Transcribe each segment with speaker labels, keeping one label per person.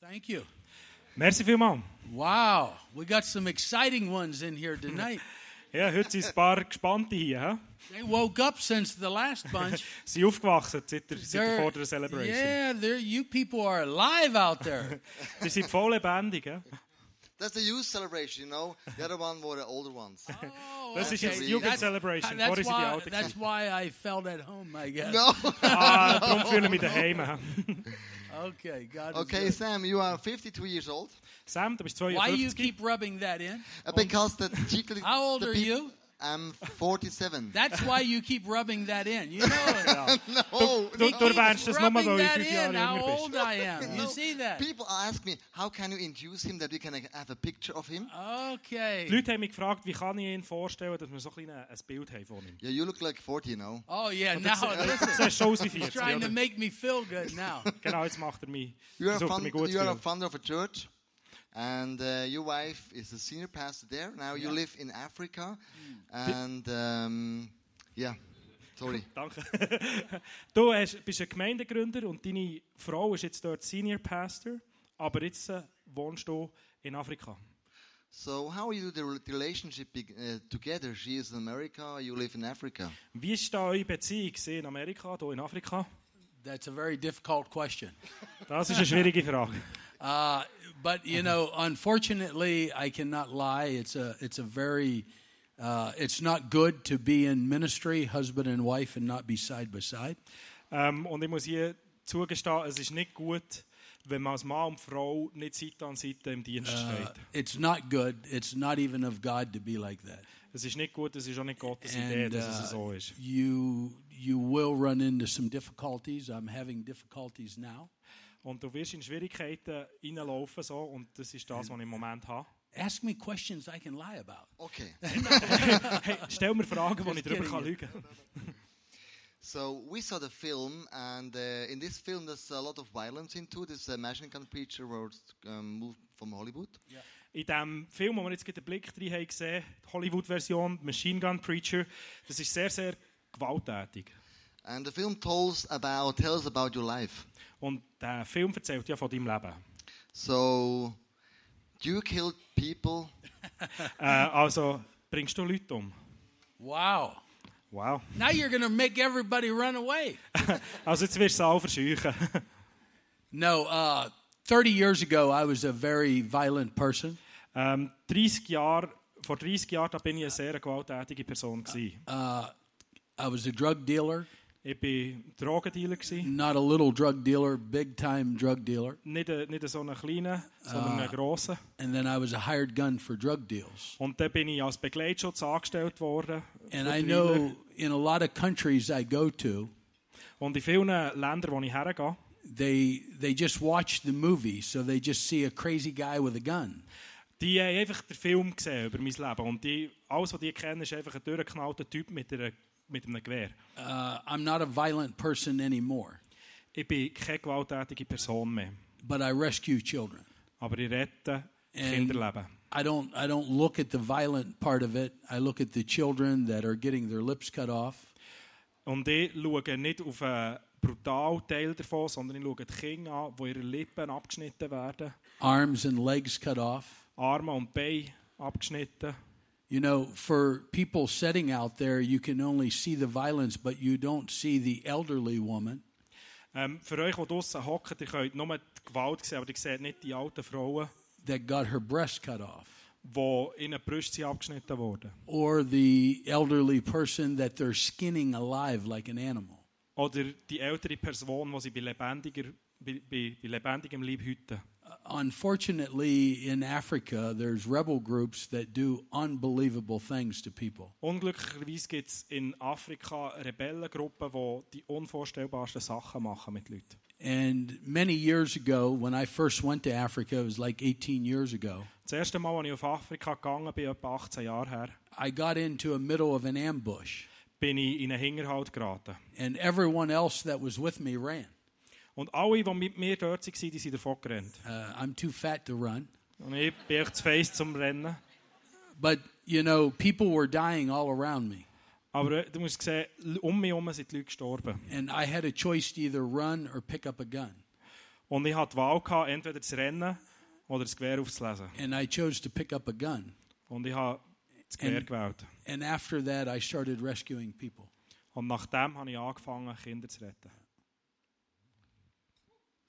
Speaker 1: Thank you.
Speaker 2: Merci vielmals.
Speaker 1: Wow, we got some exciting ones in here tonight.
Speaker 2: Ja, heute sind ein paar Gespannte hier. hä?
Speaker 1: they woke up since the last bunch.
Speaker 2: Sie sind aufgewachsen seit der, seit der
Speaker 1: They're-
Speaker 2: vorderen Celebration.
Speaker 1: yeah, they're- you people are alive out there.
Speaker 2: Sie sind voll lebendig. hä?
Speaker 3: That's the youth celebration, you know. The other one were the older ones.
Speaker 1: Oh,
Speaker 2: Das ist
Speaker 3: okay.
Speaker 2: jetzt die Jugend
Speaker 1: That's-
Speaker 2: Celebration.
Speaker 1: that's
Speaker 2: Vorher sind die
Speaker 1: why-
Speaker 2: Alten.
Speaker 1: That's why I felt at home, I guess.
Speaker 3: No.
Speaker 2: Ah, darum fühle ich mich daheim. hä?
Speaker 1: Okay, God. is
Speaker 3: okay,
Speaker 1: good.
Speaker 3: Sam, you are 52 years old.
Speaker 2: Sam, du bist
Speaker 1: Why you
Speaker 2: 52.
Speaker 1: keep rubbing that in?
Speaker 3: Uh, because the chickly,
Speaker 1: How old
Speaker 3: the
Speaker 1: are
Speaker 3: peop-
Speaker 1: you?
Speaker 3: I'm 47.
Speaker 1: That's why you keep rubbing that in. You know it.
Speaker 3: no,
Speaker 2: Du,
Speaker 1: He
Speaker 2: du
Speaker 1: keeps
Speaker 2: erwähnst das nur,
Speaker 1: rubbing
Speaker 2: weil ich
Speaker 1: that
Speaker 2: fünf
Speaker 1: in.
Speaker 2: Jahre
Speaker 1: How
Speaker 2: jünger bist.
Speaker 1: old I am. You see that?
Speaker 3: People ask me, how can you induce him that we can like, have a picture of
Speaker 1: Uh.
Speaker 3: him?
Speaker 2: Die
Speaker 1: Okay.
Speaker 2: Leute haben mich gefragt, wie kann ich ihn vorstellen, dass wir so ein, kleines- ein Bild haben von ihm.
Speaker 3: Yeah, you look like 40 now.
Speaker 1: Oh yeah. Now
Speaker 2: Das
Speaker 1: listen.
Speaker 2: ist schon aus wie
Speaker 1: He's
Speaker 2: 40.
Speaker 1: trying to
Speaker 2: Oder?
Speaker 1: make me feel good now.
Speaker 2: Genau, jetzt macht er mich,
Speaker 3: You are, a
Speaker 2: versucht er
Speaker 3: fun,
Speaker 2: mich gut
Speaker 3: you
Speaker 2: zu
Speaker 3: are a
Speaker 2: fühlen.
Speaker 3: founder of a church, and uh, your wife is a senior pastor there. Now you live in Africa,
Speaker 1: Hmm.
Speaker 3: and um, yeah, sorry.
Speaker 2: Danke. Du hast, bist ein Gemeindegründer und deine Frau ist jetzt dort Senior Pastor, aber jetzt äh, wohnst du in Afrika.
Speaker 3: So how you do the re- relationship beg- uh, together? She is in America, you live in Africa.
Speaker 2: Wie ist da eure Beziehung Sie in Amerika, du in Afrika?
Speaker 1: That's a very difficult question.
Speaker 2: Das ist eine schwierige Frage.
Speaker 1: Uh, but you know, unfortunately, I cannot lie. It's a it's a very uh, it's not good to be in ministry, husband and wife, and not be side by side.
Speaker 2: Ähm, und ich muss hier zugestehen, es ist nicht gut, wenn man als Mann und Frau nicht Seite an Seite im Dienst
Speaker 1: Uh,
Speaker 2: steht.
Speaker 1: it's not good. It's not even of God to be like that.
Speaker 2: Es ist nicht gut, es ist auch nicht Gottes Idee,
Speaker 1: And
Speaker 2: dass
Speaker 1: uh,
Speaker 2: es so ist.
Speaker 1: you you will run into some difficulties. I'm having difficulties now.
Speaker 2: Und du wirst in Schwierigkeiten reinlaufen so, und das ist
Speaker 1: Äh.
Speaker 2: das, was ich im Moment habe.
Speaker 1: Ask me questions I can lie about.
Speaker 3: Okay.
Speaker 2: Hey, stell mir Fragen, wo ich darüber
Speaker 1: kidding.
Speaker 2: kann lügen kann.
Speaker 3: So we saw the film, and uh, in this film, there's a lot of violence into this uh, Machine Gun preacher was um, moved from Hollywood.
Speaker 2: In dem Film, wo wir jetzt gerade einen Blick rein haben gesehen, die Hollywood-Version, Machine Gun Preacher, das ist sehr, sehr gewalttätig.
Speaker 3: And the film tells about tells about your life.
Speaker 2: Und der Film erzählt ja von deinem Leben.
Speaker 3: So you killed people.
Speaker 2: Äh, also, bringst du Leute um?
Speaker 1: Wow.
Speaker 2: Wow.
Speaker 1: Now you're going to make everybody run away.
Speaker 2: Also jetzt wirst du es auch verscheuchen.
Speaker 1: No, uh, 30 years ago, I was a very violent person.
Speaker 2: Ähm, 30 Jahre, vor 30 Jahren da bin ich eine sehr gewalttätige Person. gewesen.
Speaker 1: I was a drug dealer,
Speaker 2: Ich war Drogendealer. gewesen.
Speaker 1: not a little drug dealer, big time drug dealer.
Speaker 2: Nicht, ein- nicht so einen kleinen, sondern
Speaker 1: Ah.
Speaker 2: einen grossen.
Speaker 1: And then I was a hired gun for drug deals.
Speaker 2: Und dann bin ich als Begleitschutz angestellt worden.
Speaker 1: And
Speaker 2: für
Speaker 1: I
Speaker 2: Dealer.
Speaker 1: know in a lot of countries I go to,
Speaker 2: Und in vielen Ländern, wo ich hergehe,
Speaker 1: they, they just watch the movie, so they just see a crazy guy with a gun.
Speaker 2: die haben einfach den Film gesehen über mein Leben. Und die, alles, was die kennen, ist einfach ein durchgeknallter Typ mit, einer, mit einem Gewehr.
Speaker 1: Uh, I'm not a violent person anymore,
Speaker 2: Ich bin keine gewalttätige Person mehr.
Speaker 1: but I rescue children.
Speaker 2: Aber ich rette
Speaker 1: Ähm.
Speaker 2: Kinderleben.
Speaker 1: I don't I don't look at the violent part of it. I look at the children that are getting their lips cut off.
Speaker 2: Und ich schaue nicht auf einen brutalen Teil davon, sondern ich schaue die Kinder an, wo ihre Lippen abgeschnitten werden,
Speaker 1: Arms and legs cut off.
Speaker 2: Arme und Beine abgeschnitten.
Speaker 1: You know, for people setting out there, you can only see the violence, but you don't see the elderly woman.
Speaker 2: Ähm, für euch, die draussen hocken, ihr könnt nur die Gewalt sehen, aber ihr seht nicht die alten Frauen,
Speaker 1: that got her breast cut off,
Speaker 2: die in den Brüsten abgeschnitten wurden.
Speaker 1: or the elderly person that they're skinning alive like an animal.
Speaker 2: Oder die ältere Person, die sie bei, lebendiger, bei, bei, bei lebendigem Leib hüten.
Speaker 1: Unfortunately, in Africa, there's rebel groups that do unbelievable things to people.
Speaker 2: Unglücklicherweise gibt es in Afrika Rebellengruppen, die die unvorstellbarsten Sachen machen mit Leuten.
Speaker 1: And many years ago, when I first went to Africa, it was like 18 years ago,
Speaker 2: Das erste Mal, als ich auf Afrika gegangen bin, etwa 18 Jahre her,
Speaker 1: I got into a middle of an ambush,
Speaker 2: bin ich in einen Hinterhalt geraten.
Speaker 1: and everyone else that was with me ran.
Speaker 2: Und alle, die mit mir dort waren, die sind davon gerannt.
Speaker 1: Uh, I'm too fat to run.
Speaker 2: Und ich bin echt zu face zum Rennen.
Speaker 1: But, you know, people were dying all around me.
Speaker 2: Aber äh, du musst sehen, um mich herum sind die Leute gestorben.
Speaker 1: And I had a choice to either run or pick up a gun.
Speaker 2: Und ich hatte die Wahl, gehabt, entweder das Rennen oder das Gewehr aufzulesen.
Speaker 1: and I chose to pick up a gun.
Speaker 2: Und ich habe das Gewehr
Speaker 1: Ähm.
Speaker 2: gewählt.
Speaker 1: And after that, I started rescuing people.
Speaker 2: Und nachdem habe ich angefangen, Kinder zu retten.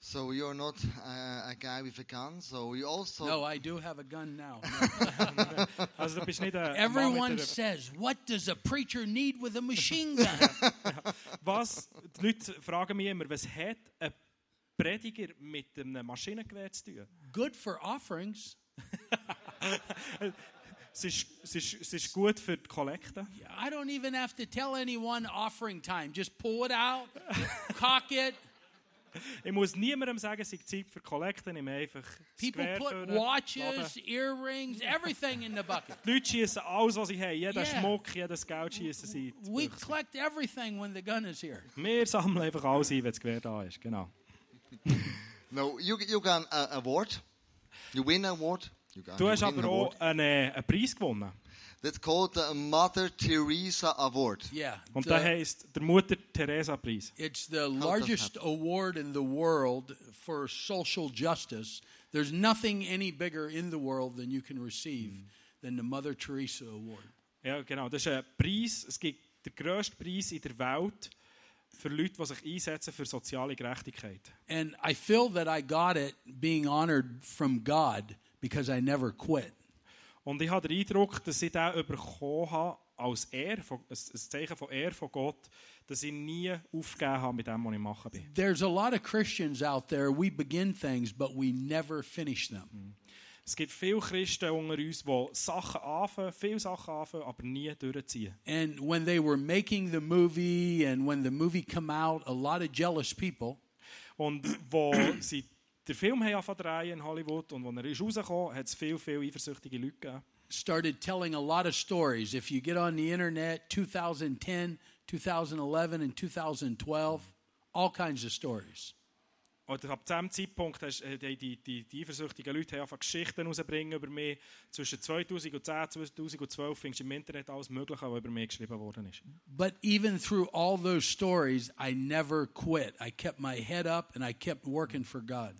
Speaker 3: So you're not uh, a guy with a gun. So you also
Speaker 1: No, I do have a gun now.
Speaker 2: Also du bist nicht ein ein Mann mit
Speaker 1: Everyone
Speaker 2: einer-
Speaker 1: says, What does a preacher need with a machine gun?
Speaker 2: Was, die Leute fragen mich immer, was hat ein Prediger mit einem Maschinengewehr zu tun?
Speaker 1: Good for offerings.
Speaker 2: Es ist, es ist, es ist gut für die Kollekte.
Speaker 1: I don't even have to tell anyone offering time. Just pull it out, cock it.
Speaker 2: Ich muss niemandem sagen, es ist Zeit für die Kollekte. Ich nehme einfach das
Speaker 1: People
Speaker 2: Gewehr
Speaker 1: put
Speaker 2: vorne,
Speaker 1: watches,
Speaker 2: laden.
Speaker 1: earrings, everything in the bucket.
Speaker 2: Die Leute schießen alles, was sie haben. Jeden
Speaker 1: Yeah.
Speaker 2: Schmuck, jedes Geld schießen sie. in die
Speaker 1: We
Speaker 2: Büchse.
Speaker 1: collect everything when the gun is here.
Speaker 2: Wir sammeln einfach alles ein, wenn das Gewehr da ist. Genau.
Speaker 3: no you you got an award. You win an award. You got
Speaker 2: Du hast
Speaker 3: you win an
Speaker 2: aber auch einen, äh, einen Preis gewonnen.
Speaker 3: That's called the Mother Teresa Award.
Speaker 1: Yeah.
Speaker 2: Und
Speaker 1: the-
Speaker 2: der heisst der Mutter-Teresa-Preis.
Speaker 1: It's the largest award in the world for social justice. There's nothing any bigger in the world than you can receive than the Mother Teresa Award.
Speaker 2: Ja, genau. Das ist ein Preis. Es gibt den grössten Preis in der Welt für Leute, die sich einsetzen für soziale Gerechtigkeit.
Speaker 1: And I feel that I got it being honored from God because I never quit.
Speaker 2: Und ich habe den Eindruck, dass ich den bekommen habe als Ehre, von- als als Zeichen von Ehre von Gott, dass ich nie aufgegeben habe mit dem, was ich machen bin.
Speaker 1: There's a lot of Christians out there, we begin things, but we never finish them.
Speaker 2: Es gibt viele Christen unter uns, die Sachen anfangen, viele Sachen anfangen, aber nie durchziehen.
Speaker 1: And when they were making the movie and when the movie come out, a lot of jealous people
Speaker 2: Und wo sie den Film haben angefangen zu drehen in Hollywood und als er ist rausgekommen hat es viele, viele eifersüchtige Leute gegeben.
Speaker 1: started telling a lot of stories. If you get on the internet, 2010, 2011, and 2012, all kinds of stories.
Speaker 2: Oder ab diesem Zeitpunkt hast, haben die, die, die eifersüchtigen Leute haben angefangen, Geschichten rauszubringen über mich. Zwischen 2010 und 2012 findest du im Internet alles Mögliche, was über mich geschrieben worden ist.
Speaker 1: But even through all those stories, I never quit. I kept my head up and I kept working for God.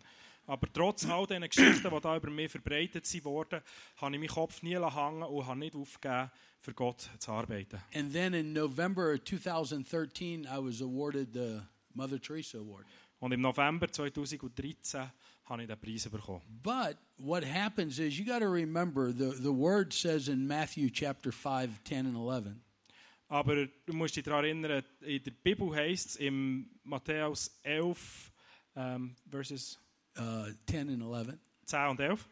Speaker 2: Aber trotz all diesen Geschichten, die da über mich verbreitet sind worden, habe ich meinen Kopf nie hängen und habe nicht aufgegeben, für Gott zu arbeiten.
Speaker 1: And then in November of 2013, I was awarded the Mother Teresa Award.
Speaker 2: Und im November 2013 habe ich den Preis bekommen.
Speaker 1: But what happens is you got to remember the, the word says in Matthew chapter 5, 10, and 11.
Speaker 2: Aber du musst dich daran erinnern, in der Bibel heißt es im Matthäus 11, ähm, Verses
Speaker 1: Uh, 10 and 11.
Speaker 2: 10 und 11.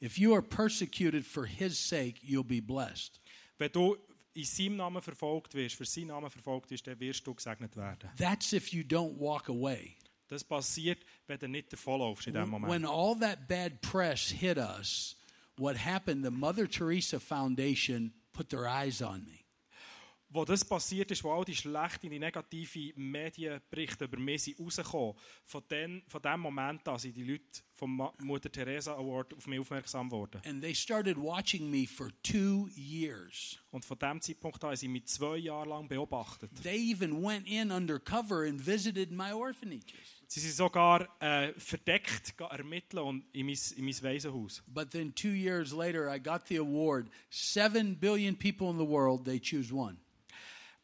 Speaker 1: If you are persecuted for his sake, you'll be blessed.
Speaker 2: Wenn du in seinem Namen verfolgt wirst, für seinen Namen verfolgt wirst, dann wirst du gesegnet werden.
Speaker 1: That's if you don't walk away.
Speaker 2: Das passiert, wenn du nicht davonlaufst in diesem Moment.
Speaker 1: When all that bad press hit us, what happened, the Mother Teresa Foundation put their eyes on me.
Speaker 2: Wo das passiert ist, wo all die schlechten, die negativen Medienberichte über mich sind rausgekommen von dem, von dem Moment an sind die Leute vom Ma- Mutter Teresa Award auf mich aufmerksam geworden.
Speaker 1: And they started watching me for two years.
Speaker 2: Und von dem Zeitpunkt an haben sie mich zwei Jahre lang beobachtet.
Speaker 1: They even went in undercover and visited my orphanages.
Speaker 2: Sie sind sogar äh, verdeckt ge- ermitteln und in mein, in mein Waisenhaus.
Speaker 1: But then two years later, I got the award. Seven billion people in the world, they choose one.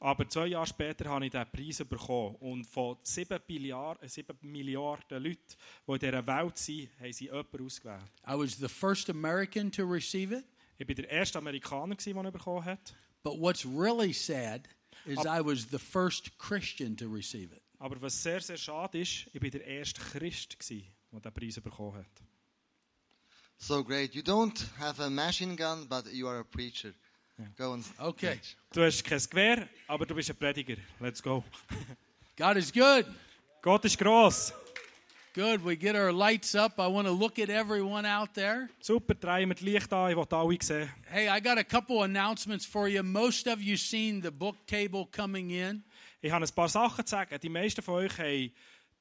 Speaker 2: Aber zwei Jahre später habe ich diesen Preis bekommen. Und von 7, Billiard, 7 Milliarden Leuten, die in dieser Welt sind, haben sie jemanden ausgewählt.
Speaker 1: I was the first American to receive it.
Speaker 2: Ich war der erste Amerikaner, gewesen, der ihn bekommen hat.
Speaker 1: But what's really sad is I was the first Christian to receive it.
Speaker 2: Aber was sehr, sehr schade ist, ich war der erste Christ, gewesen, der diesen Preis bekommen hat.
Speaker 3: So great. You don't have a machine gun, but you are a preacher. Go and
Speaker 1: Okay.
Speaker 3: preach.
Speaker 2: Du hast kein Gewehr, aber du bist ein Prediger. Let's go.
Speaker 1: God is good.
Speaker 2: Gott ist gross.
Speaker 1: Good. We get our lights up. I want to look at everyone out there.
Speaker 2: Super, drehen wir die Licht an, ich will alle sehen.
Speaker 1: Hey, I got a couple announcements for you. Most of you seen the book table coming in.
Speaker 2: Ich habe ein paar Sachen zu sagen. Die meisten von euch haben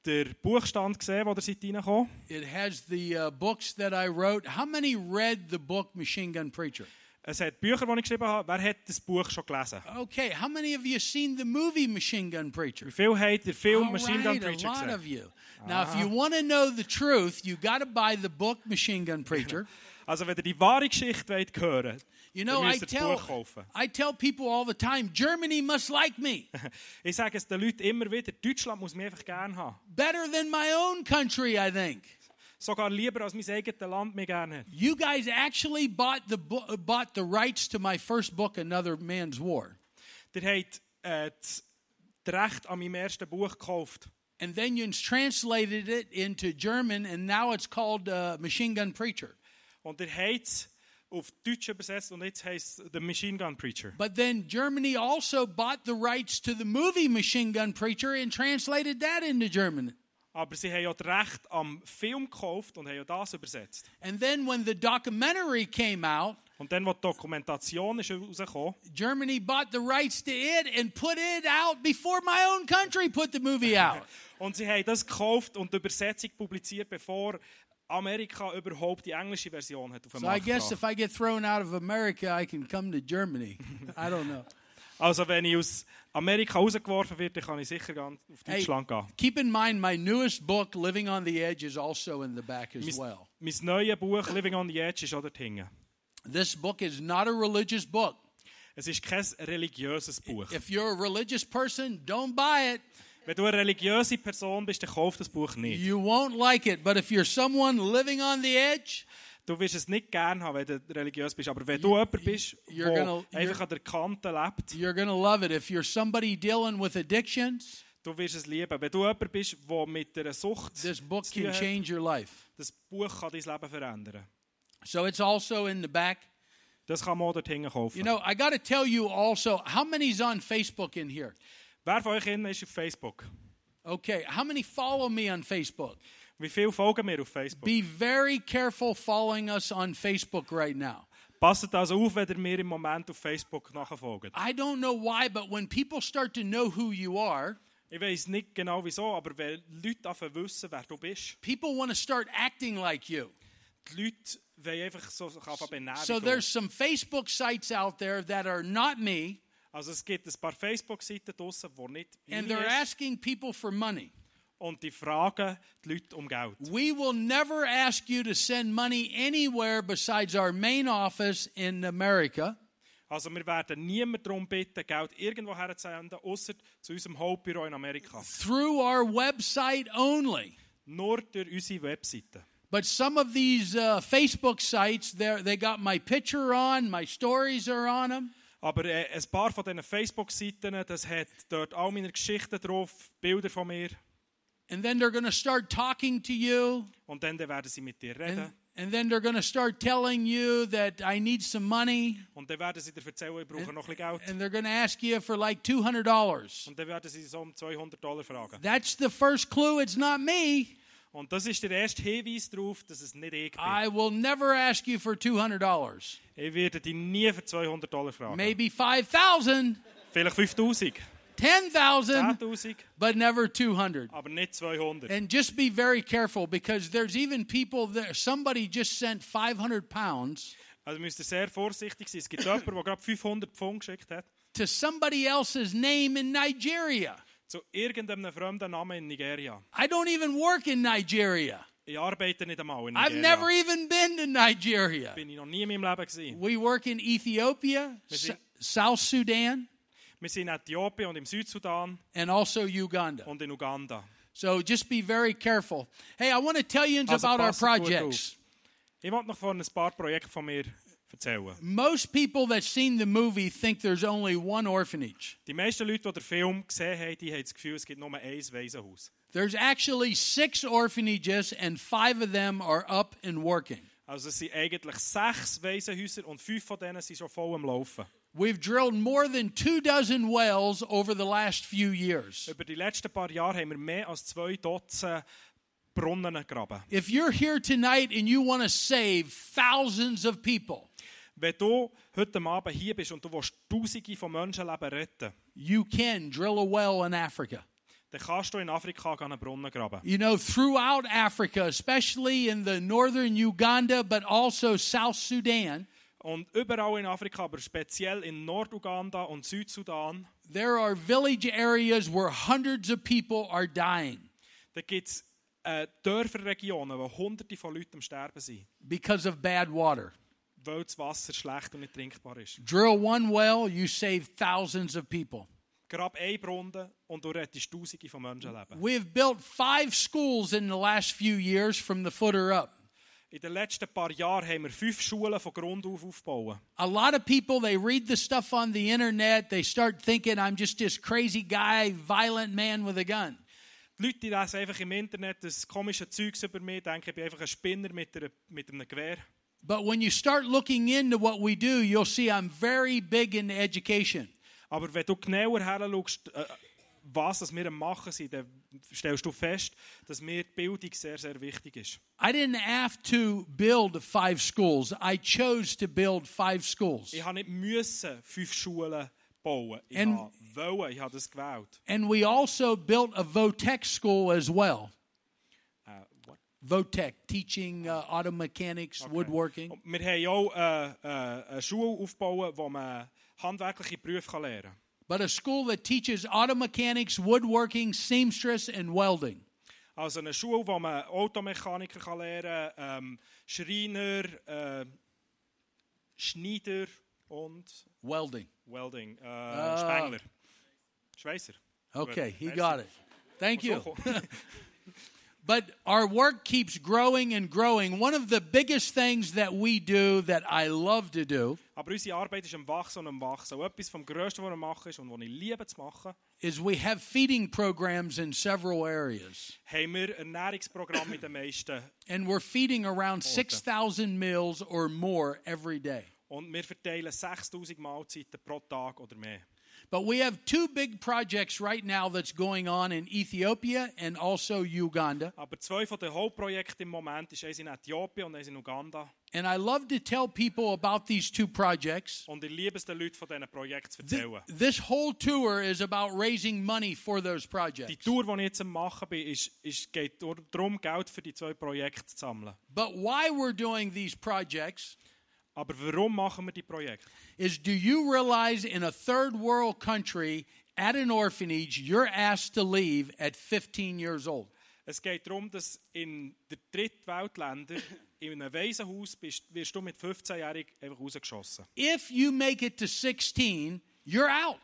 Speaker 2: den Buchstand gesehen, wo ihr seid reingekommen
Speaker 1: It has the uh, books that I wrote. How many read the book Machine Gun Preacher?
Speaker 2: Es hat Bücher, die ich geschrieben habe. Wer hat das Buch schon gelesen?
Speaker 1: Okay, how many of you seen the movie Machine Gun Preacher?
Speaker 2: Wie viel habt ihr Film
Speaker 1: All
Speaker 2: Machine Gun
Speaker 1: right,
Speaker 2: Preacher
Speaker 1: Oh, a lot
Speaker 2: gesehen?
Speaker 1: of you. Now, if you want to know the truth, you got to buy the book Machine Gun Preacher.
Speaker 2: Also, wenn ihr die wahre Geschichte wollt hören
Speaker 1: You
Speaker 2: dann
Speaker 1: know, I
Speaker 2: müsst ihr das
Speaker 1: tell
Speaker 2: Buch kaufen.
Speaker 1: I tell people all the time, Germany must like me
Speaker 2: Ich sage es den Leuten immer wieder, Deutschland muss mich einfach gerne haben.
Speaker 1: better than my own country. I think
Speaker 2: Sogar lieber, als mein eigenes Land mich gerne hat.
Speaker 1: you guys actually bought the bo- bought the rights to my first book, Another Man's War,
Speaker 2: Ihr habt äh, das das Recht an meinem ersten Buch gekauft.
Speaker 1: and then you translated it into German, and now it's called uh, Machine Gun Preacher.
Speaker 2: Und ihr habt es auf Deutsch übersetzt und jetzt heisst es The Machine Gun Preacher.
Speaker 1: But then Germany also bought the rights to the movie Machine Gun Preacher and translated that into German.
Speaker 2: Aber sie haben ja das Recht am Film gekauft und haben ja das übersetzt.
Speaker 1: And then when the documentary came out,
Speaker 2: Und dann, wo die Dokumentation ist rausgekommen
Speaker 1: Germany bought the rights to it and put it out before my own country put the movie out.
Speaker 2: und sie haben das gekauft und die Übersetzung publiziert, bevor Amerika überhaupt die englische Version hat auf den
Speaker 1: So I
Speaker 2: Markt
Speaker 1: guess
Speaker 2: gebracht.
Speaker 1: if I get thrown out of America, I can come to Germany. I don't know.
Speaker 2: Also wenn ich aus Amerika rausgeworfen werde, dann kann ich sicher ganz auf
Speaker 1: Hey,
Speaker 2: Deutschland gehen.
Speaker 1: keep in mind, my newest book, Living on the Edge, is also in the back as
Speaker 2: Mein,
Speaker 1: well.
Speaker 2: mein neues Buch «Living on the Edge» ist auch dort hinten.
Speaker 1: This book is not a religious book.
Speaker 2: Es ist kein religiöses Buch.
Speaker 1: If you're a religious person, don't buy it.
Speaker 2: Wenn du eine religiöse Person bist, dann kauf das Buch nicht.
Speaker 1: You won't like it, but if you're someone living on the edge,
Speaker 2: Du wirst es nicht gern haben, wenn du religiös bist. Aber wenn du jemand bist,
Speaker 1: you're gonna-
Speaker 2: der
Speaker 1: you're-
Speaker 2: einfach an der Kante lebt,
Speaker 1: you're going to love it. If you're somebody dealing with addictions,
Speaker 2: du wirst es lieben. Wenn du jemand bist, der mit einer Sucht
Speaker 1: this book
Speaker 2: zu tun
Speaker 1: can
Speaker 2: hat,
Speaker 1: change your life.
Speaker 2: das Buch kann dein Leben verändern.
Speaker 1: So it's also in the back.
Speaker 2: Das kann man auch dort hinten kaufen.
Speaker 1: You know, I got to tell you also, how many's on Facebook in here?
Speaker 2: Wer von euch innen ist auf Facebook?
Speaker 1: Okay, how many follow me on Facebook?
Speaker 2: Wie viele folgen mir auf Facebook?
Speaker 1: Be very careful following us on Facebook right now.
Speaker 2: Passt also auf, wenn ihr mir im Moment auf Facebook nachfolgt.
Speaker 1: I don't know why, but when people start to know who you are,
Speaker 2: Ich weiß nicht genau wieso, aber wenn Leute davon wissen, wer du bist,
Speaker 1: people want to start acting like you.
Speaker 2: die Leute wollen einfach so sich anfangen zu benehmen.
Speaker 1: So there's some Facebook sites out there that are not me,
Speaker 2: also es gibt ein paar Facebook-Seiten draussen, die nicht
Speaker 1: and
Speaker 2: meine
Speaker 1: they're
Speaker 2: ist.
Speaker 1: asking people for money.
Speaker 2: und die fragen die Leute um Geld.
Speaker 1: We will never ask you to send money anywhere besides our main office in America.
Speaker 2: Also wir werden niemand darum bitten, Geld irgendwo herzusenden, außer zu unserem Hauptbüro in Amerika.
Speaker 1: through our website only.
Speaker 2: Nur durch unsere Webseite.
Speaker 1: But some of these uh, Facebook sites, they're- they got my picture on, my stories are on them.
Speaker 2: Aber äh, ein paar von diesen Facebook-Seiten, das hat dort all meine Geschichten drauf, Bilder von mir.
Speaker 1: And then they're going to start talking to you.
Speaker 2: Und dann dann werden sie mit dir reden.
Speaker 1: And, and then they're going to start telling you that I need some money.
Speaker 2: Und dann werden sie dir erzählen, ich
Speaker 1: Ähm.
Speaker 2: brauche noch ein bisschen Geld.
Speaker 1: And they're going to ask you for like $200.
Speaker 2: Und dann werden sie so um 200 Dollar fragen.
Speaker 1: That's the first clue. It's not me.
Speaker 2: Und das ist der erste Hinweis darauf, dass es nicht ich bin.
Speaker 1: I will never ask you for $200.
Speaker 2: Ich werde dich nie für 200 Dollar fragen.
Speaker 1: Maybe 5,000,
Speaker 2: Vielleicht 5000,
Speaker 1: Ähm. 10,000,
Speaker 2: 10.000,
Speaker 1: but never 200.
Speaker 2: aber nicht 200.
Speaker 1: And just be very careful because there's even people that somebody just sent 500 pounds
Speaker 2: Also müsst ihr sehr vorsichtig sein. Es gibt jemanden, der gerade 500 Pfund geschickt hat
Speaker 1: to somebody else's name in Nigeria.
Speaker 2: zu irgendeinem fremden Namen in Nigeria.
Speaker 1: I don't even work in Nigeria.
Speaker 2: Ich arbeite nicht einmal in
Speaker 1: I've never e-
Speaker 2: Nigeria.
Speaker 1: even been to Nigeria.
Speaker 2: Bin ich noch nie in meinem Leben gewesen.
Speaker 1: We work in Ethiopia,
Speaker 2: Is
Speaker 1: S-
Speaker 2: it-
Speaker 1: South Sudan,
Speaker 2: Wir sind in Äthiopien und im Südsudan
Speaker 1: and also Uganda.
Speaker 2: und in Uganda.
Speaker 1: So just be very careful. Hey, I want to tell you
Speaker 2: Also
Speaker 1: about our
Speaker 2: pass gut
Speaker 1: projects.
Speaker 2: Ich wollte noch von ein paar Projekten von mir erzählen.
Speaker 1: Most people that seen the movie think there's only one orphanage.
Speaker 2: Die meisten Leute, die den Film gesehen haben, die haben das Gefühl, es gibt nur ein Waisenhaus.
Speaker 1: There's actually six orphanages, and five of them are up and working.
Speaker 2: Also es sind eigentlich sechs Waisenhäuser und fünf von denen sind schon voll am Laufen.
Speaker 1: We've drilled more than two dozen wells over the last few years.
Speaker 2: Über die letzten paar Jahre haben wir mehr als zwei Dutzend Brunnen gegraben.
Speaker 1: If you're here tonight and you want to save thousands of people,
Speaker 2: Wenn du heute Abend hier bist und du willst Tausende von Menschenleben retten,
Speaker 1: you can drill a well in Africa.
Speaker 2: dann kannst du in Afrika gehen einen Brunnen graben.
Speaker 1: You know, throughout Africa, especially in the northern Uganda, but also South Sudan,
Speaker 2: Und überall in Afrika, aber speziell in Norduganda und Südsudan,
Speaker 1: There are village areas where hundreds of people are dying
Speaker 2: da gibt es äh, Dörferregionen, wo hunderte von Leuten am Sterben sind,
Speaker 1: because of bad water.
Speaker 2: weil das Wasser schlecht und nicht trinkbar ist.
Speaker 1: Drill one well, you save thousands of people.
Speaker 2: Grab eine Brunnen und du rettest Tausende von Menschenleben.
Speaker 1: We have built five schools in the last few years from the footer up.
Speaker 2: In den letzten paar Jahren haben wir fünf Schulen von Grund auf aufgebaut.
Speaker 1: A lot of people, they read the stuff on the internet, they start thinking, I'm just this crazy guy, violent man with a gun.
Speaker 2: Die Leute die lesen einfach im Internet das komische Zeugs über mich, denken, ich bin einfach ein Spinner mit, einer, mit einem Gewehr.
Speaker 1: But when you start looking into what we do, you'll see I'm very big in education.
Speaker 2: Aber wenn du genauer her schaust, äh, was das wir am machen sind, dann stellst du fest, dass mir die Bildung sehr, sehr wichtig ist.
Speaker 1: I didn't have to build five schools. I chose to build five schools.
Speaker 2: Ich habe nicht müssen fünf Schulen bauen. Ich
Speaker 1: Ähm.
Speaker 2: habe wollen, ich habe das gewählt.
Speaker 1: And we also built a Votech school as well.
Speaker 2: Äh, what?
Speaker 1: Votech, teaching uh, auto mechanics, woodworking.
Speaker 2: Und wir haben auch äh, äh, eine Schule aufgebaut, wo man handwerkliche Berufe kann lernen kann.
Speaker 1: But a school that teaches auto mechanics, woodworking, seamstress, and welding.
Speaker 2: Also eine Schule, wo man Automechaniker kann lernen kann, ähm, Schreiner, äh, Schneider und
Speaker 1: Welding.
Speaker 2: Welding, äh, Spengler. Schweizer.
Speaker 1: Okay,
Speaker 2: Gut,
Speaker 1: he
Speaker 2: merci.
Speaker 1: got it. Thank you.
Speaker 2: So-
Speaker 1: But our work keeps growing and growing. One of the biggest things that we do that I love to do
Speaker 2: Aber unsere Arbeit ist am Wachsen und am Wachsen. Und etwas vom Größten, was wir machen, ist und was ich liebe zu machen,
Speaker 1: is we have feeding programs in several areas.
Speaker 2: haben wir Ernährungsprogramme mit den meisten.
Speaker 1: And we're feeding around 6,000 meals or more every day.
Speaker 2: Und wir verteilen 6000 Mahlzeiten pro Tag oder mehr.
Speaker 1: But we have two big projects right now that's going on in Ethiopia and also Uganda.
Speaker 2: Aber zwei von den Hauptprojekten im Moment ist eins in Äthiopien und eins in Uganda.
Speaker 1: And I love to tell people about these two projects.
Speaker 2: Und ich liebe es, den Leuten von diesen Projekten zu
Speaker 1: Th-
Speaker 2: erzählen.
Speaker 1: this whole tour is about raising money for those
Speaker 2: Die
Speaker 1: projects.
Speaker 2: Tour, die ich jetzt am Machen bin, ist, ist, geht nur darum, Geld für die zwei Projekte zu sammeln.
Speaker 1: But why we're doing these projects
Speaker 2: Aber warum machen wir die Projekte?
Speaker 1: is do you realize in a third world country at an orphanage, you're asked to leave at 15 years old?
Speaker 2: Es geht darum, dass in der Drittweltländer in einem Waisenhaus bist, wirst du mit 15-Jährigen einfach rausgeschossen.
Speaker 1: If you make it to 16, you're out.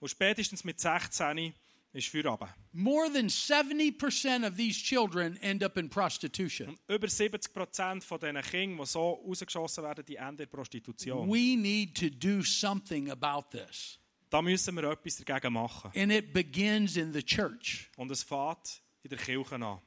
Speaker 2: Und spätestens mit 16 ist Feierabend.
Speaker 1: More than 70% of these children end up in prostitution.
Speaker 2: Über 70% von diesen Kindern, die so rausgeschossen werden, die enden in Prostitution.
Speaker 1: We need to do something about this.
Speaker 2: Da müssen wir etwas dagegen machen.
Speaker 1: And it begins in the church.
Speaker 2: Und es fängt in der Kirche an.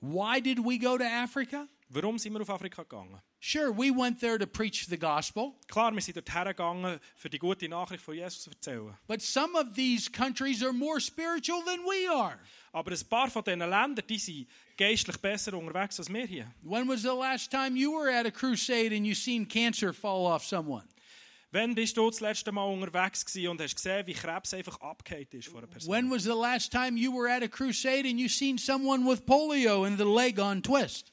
Speaker 1: Why did we go to Africa?
Speaker 2: Warum sind wir auf Afrika gegangen?
Speaker 1: Sure, we went there to preach the gospel,
Speaker 2: Klar, wir sind dorthin gegangen, für die gute Nachricht von Jesus zu erzählen.
Speaker 1: but some of these countries are more spiritual than we are.
Speaker 2: Aber ein paar von diesen Ländern, die sind geistlich besser unterwegs als wir hier.
Speaker 1: When was the last time you were at a crusade and you seen cancer fall off someone?
Speaker 2: Wann bist du das letzte Mal unterwegs gewesen und hast gesehen, wie Krebs einfach abgehakt ist von einer Person?
Speaker 1: When was the last time you were at a crusade and you seen someone with polio and the leg on twist?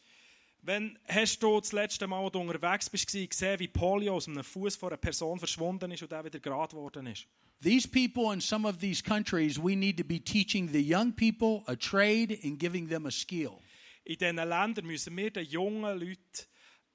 Speaker 2: Wann hast du das letzte Mal, als du unterwegs bist, gewesen, gesehen, wie Polio aus einem Fuß von einer Person verschwunden ist und der wieder gerade geworden ist?
Speaker 1: These people in some of these countries, we need to be teaching the young people a trade and giving them a skill.
Speaker 2: In diesen Ländern müssen wir den jungen Leuten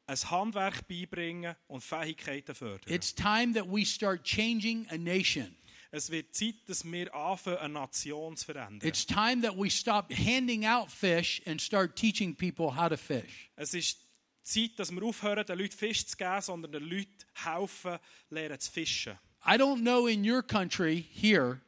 Speaker 2: ein Handwerk beibringen und Fähigkeiten fördern.
Speaker 1: It's time that we start changing a nation.
Speaker 2: Es wird Zeit, dass wir anfangen, eine Nation zu verändern.
Speaker 1: It's time that we stop handing out fish and start teaching people how to fish.
Speaker 2: es ist Zeit, dass wir aufhören, den Leuten Fisch zu geben, sondern den Leuten helfen, lernen zu fischen.
Speaker 1: I don't know in your country here,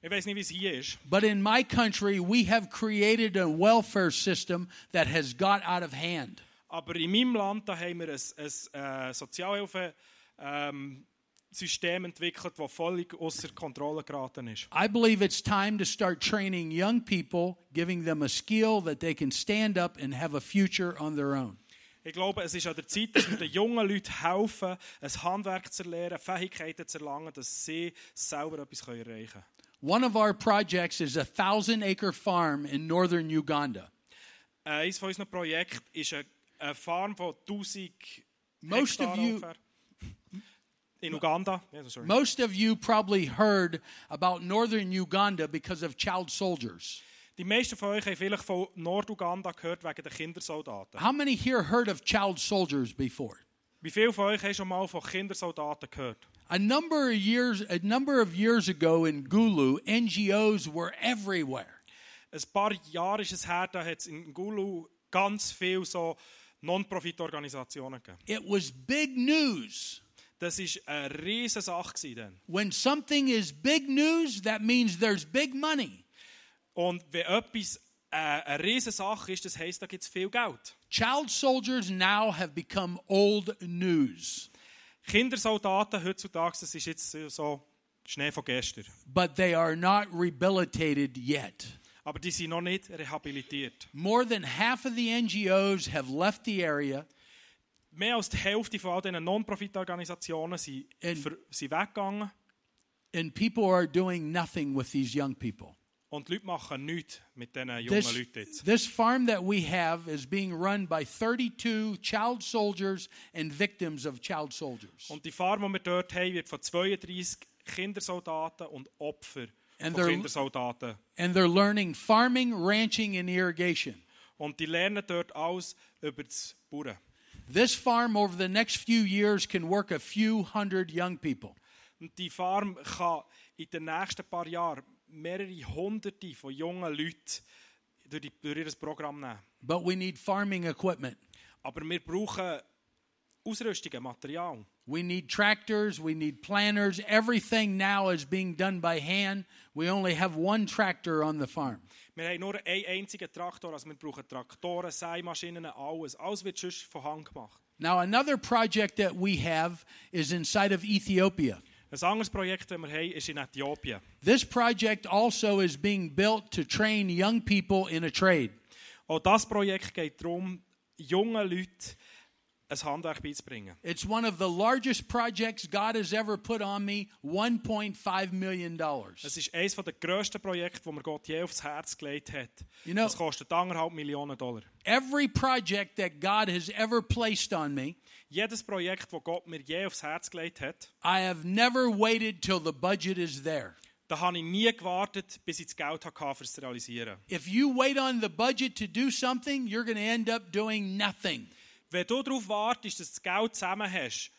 Speaker 2: Ich weiß nicht, wie es hier ist.
Speaker 1: but in my country, we have created a welfare system that has got out of hand.
Speaker 2: Aber in meinem Land da haben wir ein, ein äh, Sozialhilfesystem ähm, System entwickelt, das völlig außer Kontrolle geraten ist.
Speaker 1: I believe it's time to start training young people, giving them a skill that they can stand up and have a future on their own.
Speaker 2: Ich glaube, es ist an der Zeit, dass wir den jungen Leuten helfen, ein Handwerk zu lernen, Fähigkeiten zu erlangen, dass sie selber etwas können erreichen können.
Speaker 1: One of our projects is a thousand acre farm in northern Uganda.
Speaker 2: Äh, eines von unseren Projekten ist eine, eine Farm von 1000
Speaker 1: Most
Speaker 2: Hektar
Speaker 1: of you,
Speaker 2: ungefähr. In Uganda, yeah, sorry.
Speaker 1: Most of you probably heard about northern Uganda because of child soldiers.
Speaker 2: Die meisten von euch haben vielleicht von Norduganda gehört wegen der Kindersoldaten.
Speaker 1: How many here heard of child soldiers before?
Speaker 2: Wie viele von euch haben schon mal von Kindersoldaten gehört?
Speaker 1: A number of years, a number of years ago in Gulu, NGOs were everywhere.
Speaker 2: Ein paar Jahre ist es her, da hat es in Gulu ganz viele so Non-Profit-Organisationen gegeben.
Speaker 1: It was big news.
Speaker 2: Das war eine riesige Sache. gewesen Dann.
Speaker 1: When something is big news, that means there's big money.
Speaker 2: Und wenn etwas äh, eine riesige Sache ist, das heisst, da gibt es viel Geld.
Speaker 1: Child soldiers now have become old news,
Speaker 2: Kindersoldaten heutzutage, das ist jetzt so Schnee von gestern.
Speaker 1: but they are not rehabilitated yet.
Speaker 2: Aber die sind noch nicht rehabilitiert.
Speaker 1: More than half of the NGOs have left the area,
Speaker 2: Mehr als die Hälfte von all diesen Non-Profit-Organisationen sind,
Speaker 1: In-
Speaker 2: ver- sind weggegangen
Speaker 1: and people are doing nothing with these young people.
Speaker 2: und die Leute machen nichts mit diesen jungen
Speaker 1: This,
Speaker 2: Leuten jetzt.
Speaker 1: this farm that we have is being run by 32 child soldiers and victims of child soldiers.
Speaker 2: Und die Farm, die wir dort haben, wird von 32 Kindersoldaten und Opfer
Speaker 1: And
Speaker 2: von
Speaker 1: they're-
Speaker 2: Kindersoldaten.
Speaker 1: And they're learning farming, ranching, and irrigation.
Speaker 2: Und die lernen dort alles über das Bauern.
Speaker 1: This farm over the next few years can work a few hundred young people.
Speaker 2: Und die Farm kann in den nächsten paar Jahren mehrere Hunderte von jungen Leuten durch, die, durch ihr Programm nehmen.
Speaker 1: But we need farming equipment.
Speaker 2: Aber wir brauchen Ausrüstungen, Material.
Speaker 1: We need tractors, we need planters. Everything now is being done by hand. We only have one tractor on the farm.
Speaker 2: Wir haben nur einen einzigen Traktor, also wir brauchen Traktoren, Seimaschinen, alles. Alles wird sonst von Hand gemacht.
Speaker 1: Now, another project that we have is inside of Ethiopia.
Speaker 2: Ein anderes Projekt, das wir haben, ist in Äthiopien.
Speaker 1: This project also is being built to train young people in a trade.
Speaker 2: Auch das Projekt geht darum, jungen Leuten ein Handwerk beizubringen.
Speaker 1: It's one of the largest projects God has ever put on me $1.5 million.
Speaker 2: Es ist eines der grössten Projekte, das mir Gott je aufs Herz gelegt hat.
Speaker 1: You know-
Speaker 2: das kostet anderthalb Millionen Dollar.
Speaker 1: Every project that God has ever placed on me,
Speaker 2: Jedes Projekt, das Gott mir je aufs Herz gelegt hat,
Speaker 1: I have never waited till the budget is there.
Speaker 2: da habe ich nie gewartet, bis ich das Geld hatte, um es zu realisieren.
Speaker 1: If you wait on the budget to do something, you're going to end up doing nothing.
Speaker 2: Wenn du darauf wartest, dass du das Geld zusammen hast,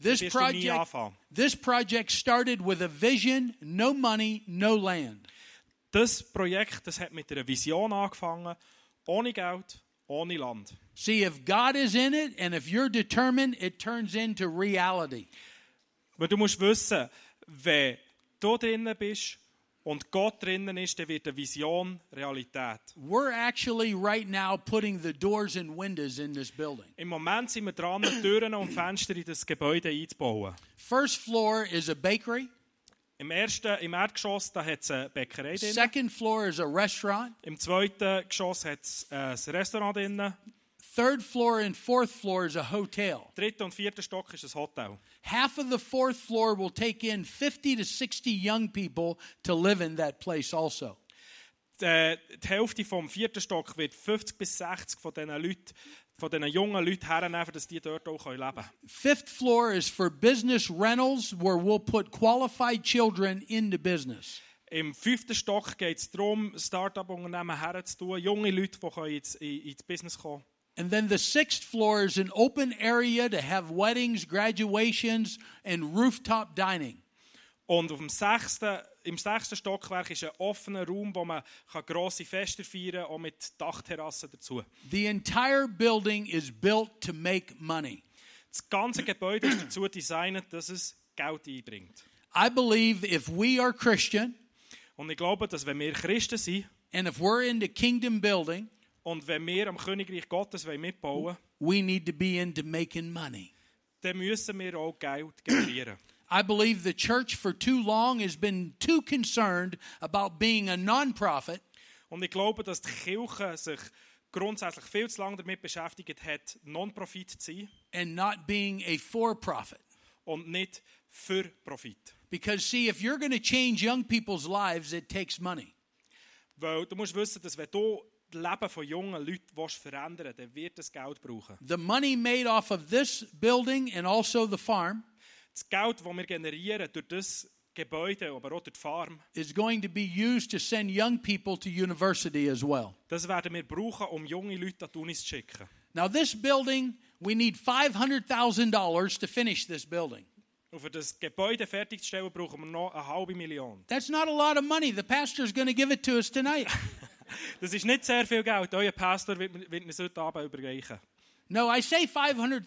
Speaker 1: This
Speaker 2: Wirst du nie
Speaker 1: project,
Speaker 2: anfangen.
Speaker 1: this project started with a vision, no money, no land.
Speaker 2: das Projekt das hat mit einer Vision angefangen, ohne Geld, ohne Land.
Speaker 1: See, if God is in it and if you're determined, it turns into reality.
Speaker 2: Weil du musst wissen, wenn du drinnen bist und Gott drinnen ist, dann wird eine Vision Realität.
Speaker 1: We're actually right now putting the doors and windows in this building.
Speaker 2: Im Moment sind wir dran, Türen und Fenster in das Gebäude einzubauen.
Speaker 1: First floor is a bakery,
Speaker 2: Im ersten, im Erdgeschoss, da hat es eine Bäckerei drin.
Speaker 1: second floor is a restaurant,
Speaker 2: Im zweiten Geschoss hat es äh, ein Restaurant drin.
Speaker 1: third floor and fourth floor is a hotel.
Speaker 2: Dritter und vierter Stock ist ein Hotel.
Speaker 1: Half of the fourth floor will take in 50 to 60 young people to live in that place also.
Speaker 2: Die, äh, die Hälfte vom vierten Stock wird 50 bis 60 von diesen Leuten, von diesen jungen Leuten hernehmen, dass die dort auch leben können.
Speaker 1: Fifth floor is for business rentals where we'll put qualified children into business.
Speaker 2: Im fünften Stock geht es darum, Start-up-Unternehmen herzutun, junge Leute, die können ins, in, ins Business kommen
Speaker 1: And then the sixth floor is an open area to have weddings, graduations, and rooftop dining.
Speaker 2: Und auf dem sechsten, im sechsten Stockwerk ist ein offener Raum, wo man kann grosse Feste feiern kann, auch mit Dachterrassen dazu.
Speaker 1: The entire building is built to make money.
Speaker 2: Das ganze Gebäude ist dazu designt, dass es Geld einbringt.
Speaker 1: I believe if we are Christian
Speaker 2: Und ich glaube, dass wenn wir Christen sind
Speaker 1: and if we're into kingdom building,
Speaker 2: und wenn wir am Königreich Gottes wollen mitbauen wollen,
Speaker 1: we need to be into making money.
Speaker 2: dann müssen wir auch Geld generieren.
Speaker 1: I believe the church for too long has been too concerned about being a nonprofit
Speaker 2: Und ich glaube, dass die Kirche sich grundsätzlich viel zu lange damit beschäftigt hat, Non-Profit zu sein
Speaker 1: and not being a for profit.
Speaker 2: und nicht für Profit.
Speaker 1: Because, see, if you're going to change young people's lives, it takes money.
Speaker 2: Weil du musst wissen, dass wenn du das Leben von jungen Leuten willst verändern willst, dann wird es Geld brauchen.
Speaker 1: The money made off of this building and also the farm
Speaker 2: das Geld, das wir generieren durch das Gebäude, aber auch durch die Farm,
Speaker 1: is going to be used to send young people to university as well.
Speaker 2: das werden wir brauchen, um junge Leute an die Unis zu schicken.
Speaker 1: Now, this building, we need $500,000 to finish this building.
Speaker 2: Und für das Gebäude fertigzustellen, brauchen wir noch eine halbe Million.
Speaker 1: That's not a lot of money. The pastor's going to give it to us tonight.
Speaker 2: Das ist nicht sehr viel Geld. Euer Pastor wird, wird uns heute Abend überreichen.
Speaker 1: no, I say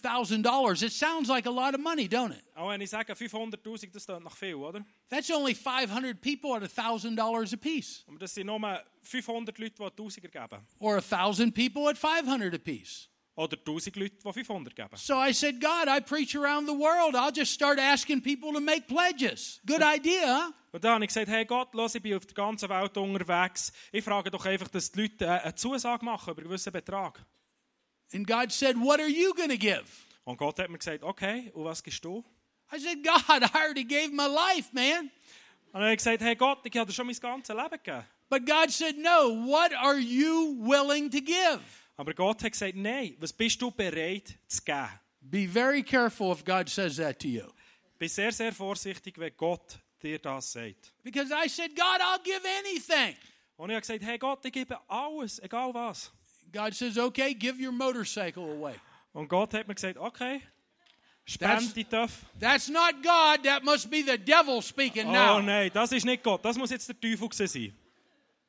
Speaker 1: $500,000. It sounds like a lot of money, don't it?
Speaker 2: Auch wenn ich sage 500'000, das klingt nach viel, oder?
Speaker 1: That's only 500 people at $1,000 apiece,
Speaker 2: Aber das sind nur 500 Leute, die 1000 geben.
Speaker 1: or 1,000 people at 500 apiece.
Speaker 2: Oder 1000 Leute, die 500 geben.
Speaker 1: So I said, God, I preach around the world. I'll just start asking people to make pledges. Good idea. huh?
Speaker 2: Und dann habe ich gesagt, hey Gott, los, ich bin auf der ganzen Welt unterwegs. Ich frage doch einfach, dass die Leute äh, eine Zusage machen über einen gewissen Betrag.
Speaker 1: And God said, What are you going to give?
Speaker 2: Und Gott hat mir gesagt, okay, und was gibst du? Und
Speaker 1: I said, God, I already gave my life, man.
Speaker 2: dann habe ich gesagt, hey Gott, ich habe dir schon mein ganzes Leben gegeben.
Speaker 1: But God said, No, what are you willing to give?
Speaker 2: Aber Gott hat gesagt, nein, was bist du bereit zu geben?
Speaker 1: Be very careful if God says that to you.
Speaker 2: Bin sehr, sehr vorsichtig, wenn Gott dir das sagt.
Speaker 1: Because I said, God, I'll give anything.
Speaker 2: Und ich habe gesagt, hey Gott, ich gebe alles, egal was.
Speaker 1: God says, Okay, give your motorcycle away.
Speaker 2: Und Gott hat mir gesagt, okay,
Speaker 1: That's-
Speaker 2: spende die Töpfe.
Speaker 1: That's not God. That must be the devil speaking now.
Speaker 2: Oh nein, das ist nicht Gott, das muss jetzt der Teufel gewesen sein.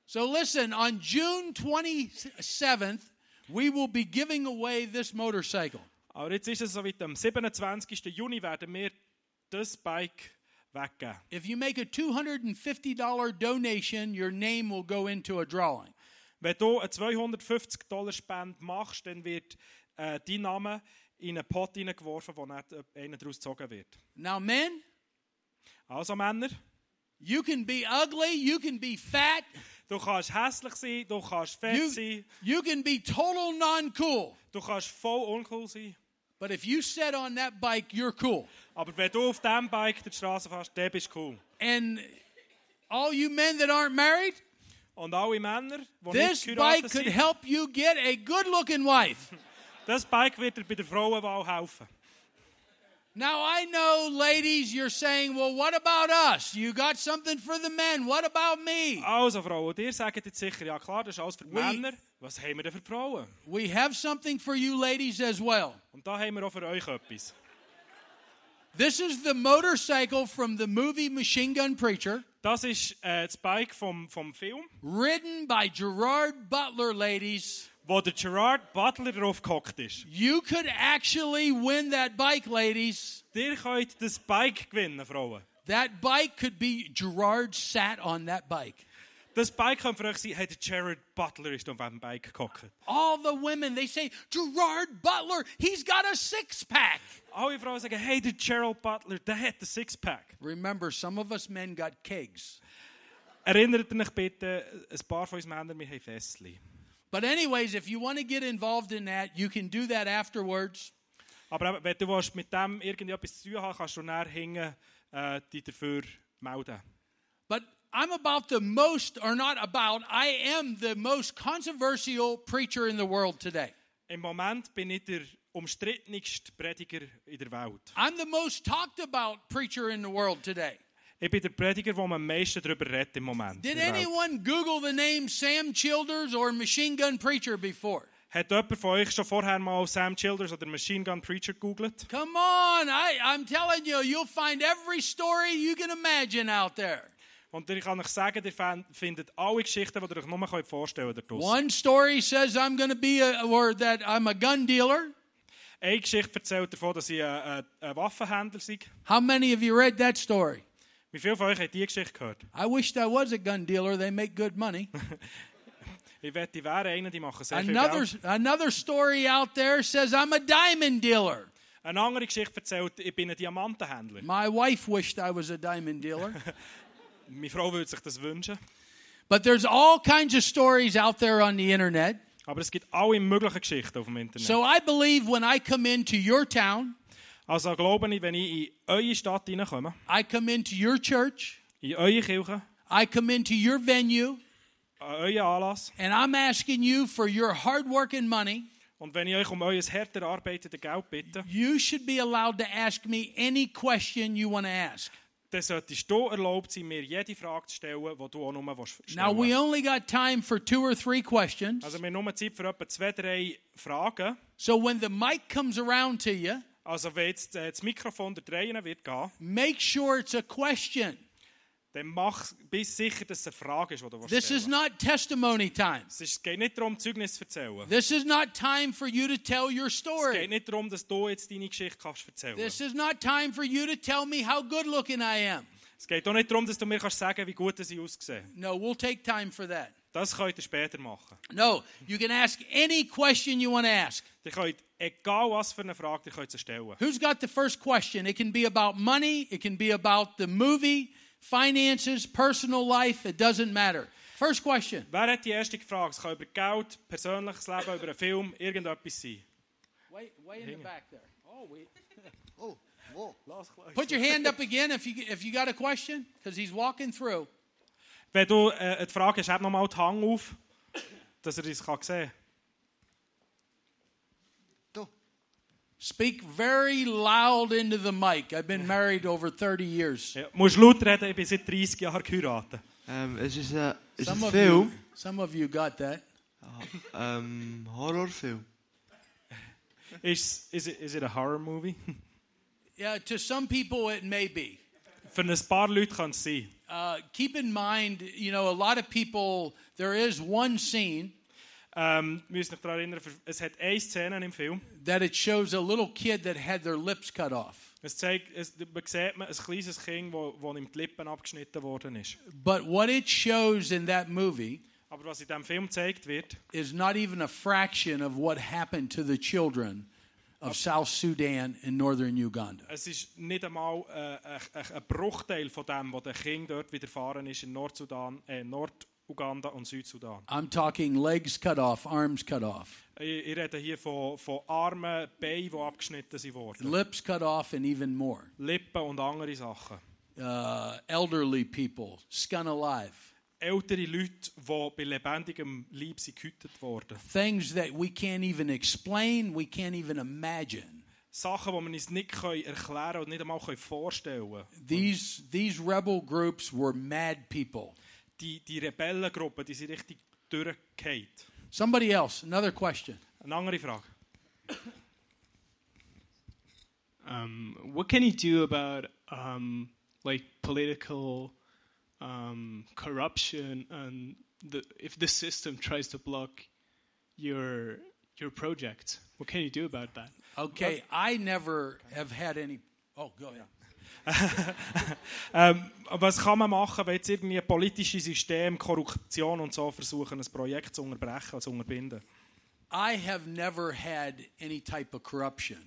Speaker 1: So listen, on June 27th, we will be giving away this motorcycle.
Speaker 2: Aber jetzt ist es soweit, am 27. Juni werden wir das Bike weggeben.
Speaker 1: If you make a $250 donation, your name will go into a drawing.
Speaker 2: Wenn du eine 250 Dollar Spende machst, dann wird äh, dein Name in einen Pot hineingeworfen, wo nicht äh, einer daraus gezogen wird.
Speaker 1: Now, men,
Speaker 2: Also Männer,
Speaker 1: you can be ugly, you can be fat,
Speaker 2: du kannst hässlich sein, du kannst fett
Speaker 1: you,
Speaker 2: sein,
Speaker 1: you can be total non cool.
Speaker 2: du kannst voll uncool sein.
Speaker 1: But if you sit on that bike, you're cool.
Speaker 2: Aber wenn du auf diesem Bike die Straße fährst, dann bist du cool.
Speaker 1: And all you men that aren't married,
Speaker 2: Und alle Männer, die
Speaker 1: this
Speaker 2: nicht
Speaker 1: bike
Speaker 2: geheiratet
Speaker 1: could
Speaker 2: sind,
Speaker 1: help you get a good looking wife.
Speaker 2: das Bike wird dir bei der Frauenwahl helfen.
Speaker 1: Now, I know, ladies, you're saying, well, what about us? You got something for the men. What about me?
Speaker 2: Also Frauen, ihr sagt jetzt sicher, ja klar, das ist alles für die
Speaker 1: Oui.
Speaker 2: Männer. Was haben wir denn für die Frauen?
Speaker 1: We have something for you, ladies, as well.
Speaker 2: Und da haben wir auch für euch etwas.
Speaker 1: This is the motorcycle from the movie Machine Gun Preacher,
Speaker 2: Das ist äh, das Bike vom, vom Film,
Speaker 1: ridden by Gerard Butler, ladies.
Speaker 2: wo der Gerard Butler drauf gehockt ist.
Speaker 1: You could actually win that bike, ladies.
Speaker 2: Ihr könnt das Bike gewinnen, Frauen.
Speaker 1: That bike could be Gerard sat on that bike.
Speaker 2: Das Bike könnte für euch sein, hey, der Gerard Butler ist auf diesem Bike gehockt.
Speaker 1: All the women, they say, Gerard Butler, he's got a six pack.
Speaker 2: Alle Frauen sagen, hey, der Gerald Butler, der hat ein Sixpack.
Speaker 1: Remember, some of us men got kegs.
Speaker 2: Erinnert euch bitte, ein paar von uns Männern, wir haben Fässchen.
Speaker 1: But anyways, if you want to get involved in that, you can do that afterwards.
Speaker 2: Aber eben, wenn du willst, mit dem irgendetwas zu tun haben kannst du näher hängen, äh, dich dafür melden.
Speaker 1: But I'm about the most, or not about, I am the most controversial preacher in the world today.
Speaker 2: Im Moment bin ich der umstrittenste Prediger in der Welt.
Speaker 1: I'm the most talked about preacher in the world today.
Speaker 2: Ich bin der Prediger, wo man am meisten darüber redet im Moment. in
Speaker 1: Did
Speaker 2: der Welt.
Speaker 1: anyone Google the name Sam Childers or Machine Gun Preacher before?
Speaker 2: Hat jemand von euch schon vorher mal Sam Childers oder Machine Gun Preacher gegoogelt?
Speaker 1: Come on, I, I'm telling you, you'll find every story you can imagine out there.
Speaker 2: Und ich kann euch sagen, ihr fan- findet alle Geschichten, die ihr euch nur könnt vorstellen könnt.
Speaker 1: One story says I'm going to be a, or that I'm a gun dealer.
Speaker 2: Eine Geschichte erzählt davon, dass ich ein, ein, ein Waffenhändler sei.
Speaker 1: How many of you read that story?
Speaker 2: Wie viele von euch haben diese Geschichte gehört?
Speaker 1: I wished I was a gun dealer. They make good money.
Speaker 2: Ich wette, die wären einer, die machen sehr viel
Speaker 1: another,
Speaker 2: Geld.
Speaker 1: another story out there says I'm a diamond dealer.
Speaker 2: Eine andere Geschichte erzählt, ich bin ein Diamantenhändler.
Speaker 1: My wife wished I was a diamond dealer.
Speaker 2: Meine Frau würde sich das wünschen.
Speaker 1: but there's all kinds of stories out there on the internet.
Speaker 2: Aber es gibt alle möglichen Geschichten auf dem Internet.
Speaker 1: So I believe when I come into your town,
Speaker 2: Also glaube ich, wenn ich in eure Stadt hineinkomme,
Speaker 1: I come into your church,
Speaker 2: in eure Kirche,
Speaker 1: I come into your venue,
Speaker 2: an euren Anlass
Speaker 1: and I'm asking you for your hard work and money,
Speaker 2: und Und wenn ich euch um euer hart erarbeitetes Geld bitte,
Speaker 1: you should be allowed to ask me any question you want to ask.
Speaker 2: dann solltest du erlaubt sein, mir jede Frage zu stellen, die du auch nur willst
Speaker 1: Now,
Speaker 2: stellen
Speaker 1: we only got time for two or three questions.
Speaker 2: Also wir haben nur Zeit für etwa zwei, drei Fragen.
Speaker 1: So when the mic comes around to you,
Speaker 2: Also wenn jetzt äh, das Mikrofon der Dreien wird gehen,
Speaker 1: make sure it's a question.
Speaker 2: dann mach bis sicher, dass es eine Frage ist, die du
Speaker 1: This
Speaker 2: stellen
Speaker 1: is not testimony time.
Speaker 2: Es ist- geht nicht darum, Zeugnis zu erzählen.
Speaker 1: This is not time for you to tell your
Speaker 2: Es geht
Speaker 1: story.
Speaker 2: nicht darum, dass du jetzt deine Geschichte kannst erzählen
Speaker 1: This is not time for you to tell me how good looking I am.
Speaker 2: Es geht auch nicht darum, dass du mir kannst sagen wie gut dass ich aussehe.
Speaker 1: No, we'll take time for that.
Speaker 2: Das könnt ihr später machen.
Speaker 1: No, you can ask any question you want to ask.
Speaker 2: Ihr könnt, egal was für eine Frage, ihr könnt sie stellen.
Speaker 1: Who's got the first question? It can be about money, it can be about the movie, finances, personal life, it doesn't matter. First question.
Speaker 2: Wer hat die erste Frage? Es kann über Geld, persönliches Leben, über einen Film, irgendetwas sein.
Speaker 1: Way, way in the back there. Oh, we
Speaker 3: Oh, whoa.
Speaker 1: Put your hand up again if you if you got a question cuz he's walking through.
Speaker 2: Wenn du äh, die Frage hast, heb nochmal die Hang auf, dass er das kann sehen kann.
Speaker 3: Go.
Speaker 1: Speak very loud into the mic. I've been married over 30 years.
Speaker 2: Ja, musst laut reden, ich bin seit 30 Jahren geheiratet.
Speaker 4: Ähm, es ist, äh, ist
Speaker 1: Some
Speaker 4: ein
Speaker 1: of
Speaker 4: Film,
Speaker 1: you some of you got that.
Speaker 4: ähm, Horrorfilm.
Speaker 2: Ist is, it- is it a horror movie?
Speaker 1: Yeah, to some people it may be.
Speaker 2: Für ein paar Leute kann es sein.
Speaker 1: Uh, keep in mind, you know, a lot of people there is one scene
Speaker 2: Ähm, wir müssen euch daran erinnern, für- es hat eine Szene im Film.
Speaker 1: that it shows a little kid that had their lips cut off.
Speaker 2: Es zeigt, es, man sieht man ein kleines Kind, wo, wo ihm die Lippen abgeschnitten worden ist.
Speaker 1: But what it shows in that movie
Speaker 2: Aber was in diesem Film gezeigt wird,
Speaker 1: is not even a fraction of what happened to the children of South Sudan and northern Uganda.
Speaker 2: es ist nicht einmal äh, ein, ein, ein Bruchteil von dem, was den Kind dort widerfahren ist in Nordsudan, äh, Norduganda und Südsudan.
Speaker 1: I'm talking legs cut off, arms cut off,
Speaker 2: Ich, ich rede hier von, von Armen, Beinen, die abgeschnitten sind worden.
Speaker 1: lips cut off, and even more.
Speaker 2: Lippen und andere Sachen.
Speaker 1: Uh, elderly people, scun alive.
Speaker 2: Ältere Leute, die bei lebendigem Leib sind gehütet worden.
Speaker 1: Things that we can't even explain, we can't even imagine.
Speaker 2: Sachen, die wir uns nicht können erklären und nicht einmal können vorstellen können.
Speaker 1: These, these rebel groups were mad people.
Speaker 2: die, die Rebellengruppe, die sind richtig durchgefallen.
Speaker 1: Somebody else, another question.
Speaker 2: Eine andere Frage.
Speaker 5: um, what can you do about um, like political um, corruption and the, if the system tries to block your your project? What can you do about that?
Speaker 1: Okay, I never have had any. Oh, go ahead.
Speaker 2: Ähm, was kann man machen, wenn jetzt irgendwie politische System, Korruption und so versuchen, ein Projekt zu unterbrechen, also zu unterbinden?
Speaker 1: I have never had any type of corruption